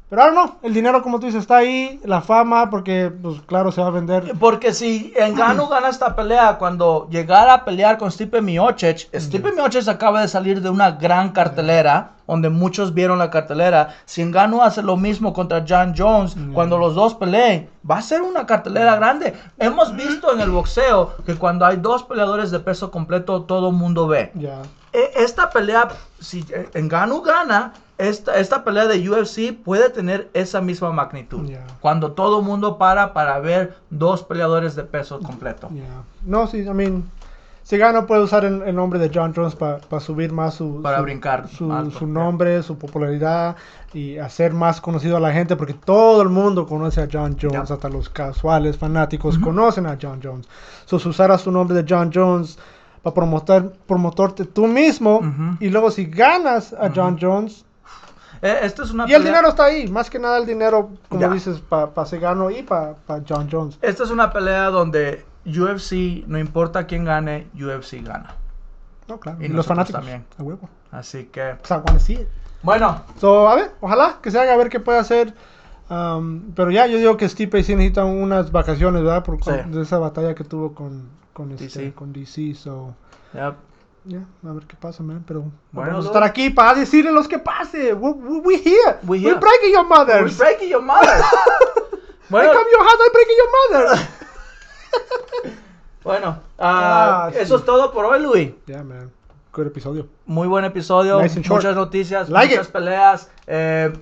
[SPEAKER 2] Pero ahora no. El dinero, como tú dices, está ahí. La fama, porque, pues claro, se va a vender.
[SPEAKER 1] Porque si Engano gana esta pelea, cuando llegara a pelear con Stipe Miocic, Stipe Miocic acaba de salir de una gran cartelera, donde muchos vieron la cartelera. Si Engano hace lo mismo contra John Jones, cuando los dos peleen, va a ser una cartelera grande. Hemos visto en el boxeo que cuando hay dos peleadores de peso completo, todo el mundo ve.
[SPEAKER 2] Ya.
[SPEAKER 1] E- Esta pelea, si Engano gana, esta, esta pelea de UFC puede tener esa misma magnitud.
[SPEAKER 2] Ya.
[SPEAKER 1] Cuando todo el mundo para para ver dos peleadores de peso completo.
[SPEAKER 2] ya. No, sí, I mean. Segano puede usar el, el nombre de John Jones para subir más su.
[SPEAKER 1] Para
[SPEAKER 2] su-
[SPEAKER 1] brincar
[SPEAKER 2] Su,
[SPEAKER 1] alto,
[SPEAKER 2] su
[SPEAKER 1] ya.
[SPEAKER 2] nombre, su popularidad y hacer más conocido a la gente, porque todo el mundo conoce a John Jones,
[SPEAKER 1] Ya.
[SPEAKER 2] hasta los casuales fanáticos conocen a John Jones. So, si usaras su nombre de John Jones para promotor, promotarte tú mismo,
[SPEAKER 1] Ujú.
[SPEAKER 2] y luego si ganas a John Jones,
[SPEAKER 1] Eh, esta es una
[SPEAKER 2] y el
[SPEAKER 1] pelea-
[SPEAKER 2] dinero está ahí, más que nada el dinero, como
[SPEAKER 1] Ya.
[SPEAKER 2] dices, para Segano y para John Jones.
[SPEAKER 1] Esta es una pelea donde UFC, no importa quién gane, UFC gana.
[SPEAKER 2] No, claro.
[SPEAKER 1] Y
[SPEAKER 2] Y los
[SPEAKER 1] nosotros
[SPEAKER 2] fanáticos
[SPEAKER 1] también.
[SPEAKER 2] A huevo.
[SPEAKER 1] Así que,
[SPEAKER 2] O sea, wanna see it.
[SPEAKER 1] bueno,
[SPEAKER 2] So, a ver, ojalá que se haga, a ver qué puede hacer. Um, pero ya, yo digo que Stipe sí necesita unas vacaciones, ¿verdad? Por cu-
[SPEAKER 1] Sí.
[SPEAKER 2] de esa batalla que tuvo con, con, este,
[SPEAKER 1] DC.
[SPEAKER 2] con DC. So,
[SPEAKER 1] ya,
[SPEAKER 2] yeah, a ver qué pasa, man. Pero
[SPEAKER 1] Bueno,
[SPEAKER 2] vamos
[SPEAKER 1] Lou.
[SPEAKER 2] a estar aquí para decirle los que pase. We, we, we here.
[SPEAKER 1] We
[SPEAKER 2] We
[SPEAKER 1] here.
[SPEAKER 2] We're breaking your
[SPEAKER 1] we're
[SPEAKER 2] mothers.
[SPEAKER 1] breaking your mother.
[SPEAKER 2] I
[SPEAKER 1] bueno,
[SPEAKER 2] come your house, I'm breaking your mother.
[SPEAKER 1] bueno ah,
[SPEAKER 2] Ah, sí.
[SPEAKER 1] eso es todo por hoy, Luis.
[SPEAKER 2] yeah, man. Good episodio.
[SPEAKER 1] Muy buen episodio,
[SPEAKER 2] Nice and short.
[SPEAKER 1] muchas noticias,
[SPEAKER 2] Like
[SPEAKER 1] muchas
[SPEAKER 2] it.
[SPEAKER 1] peleas. Eh,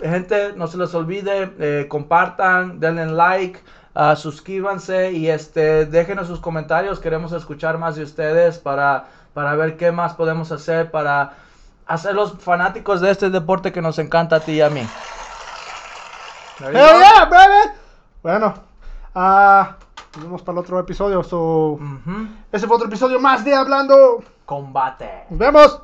[SPEAKER 1] gente, no se les olvide, eh, compartan, denle like, ah, suscríbanse y este, déjenos sus comentarios. Queremos escuchar más de ustedes para, para ver qué más podemos hacer para hacer los fanáticos de este deporte que nos encanta a ti y a mí. There you
[SPEAKER 2] Hell
[SPEAKER 1] go.
[SPEAKER 2] yeah, brother. Bueno, ah, nos vemos para el otro episodio. So,
[SPEAKER 1] Ujú.
[SPEAKER 2] ese fue otro episodio más de Hablando.
[SPEAKER 1] Combate.
[SPEAKER 2] Nos vemos.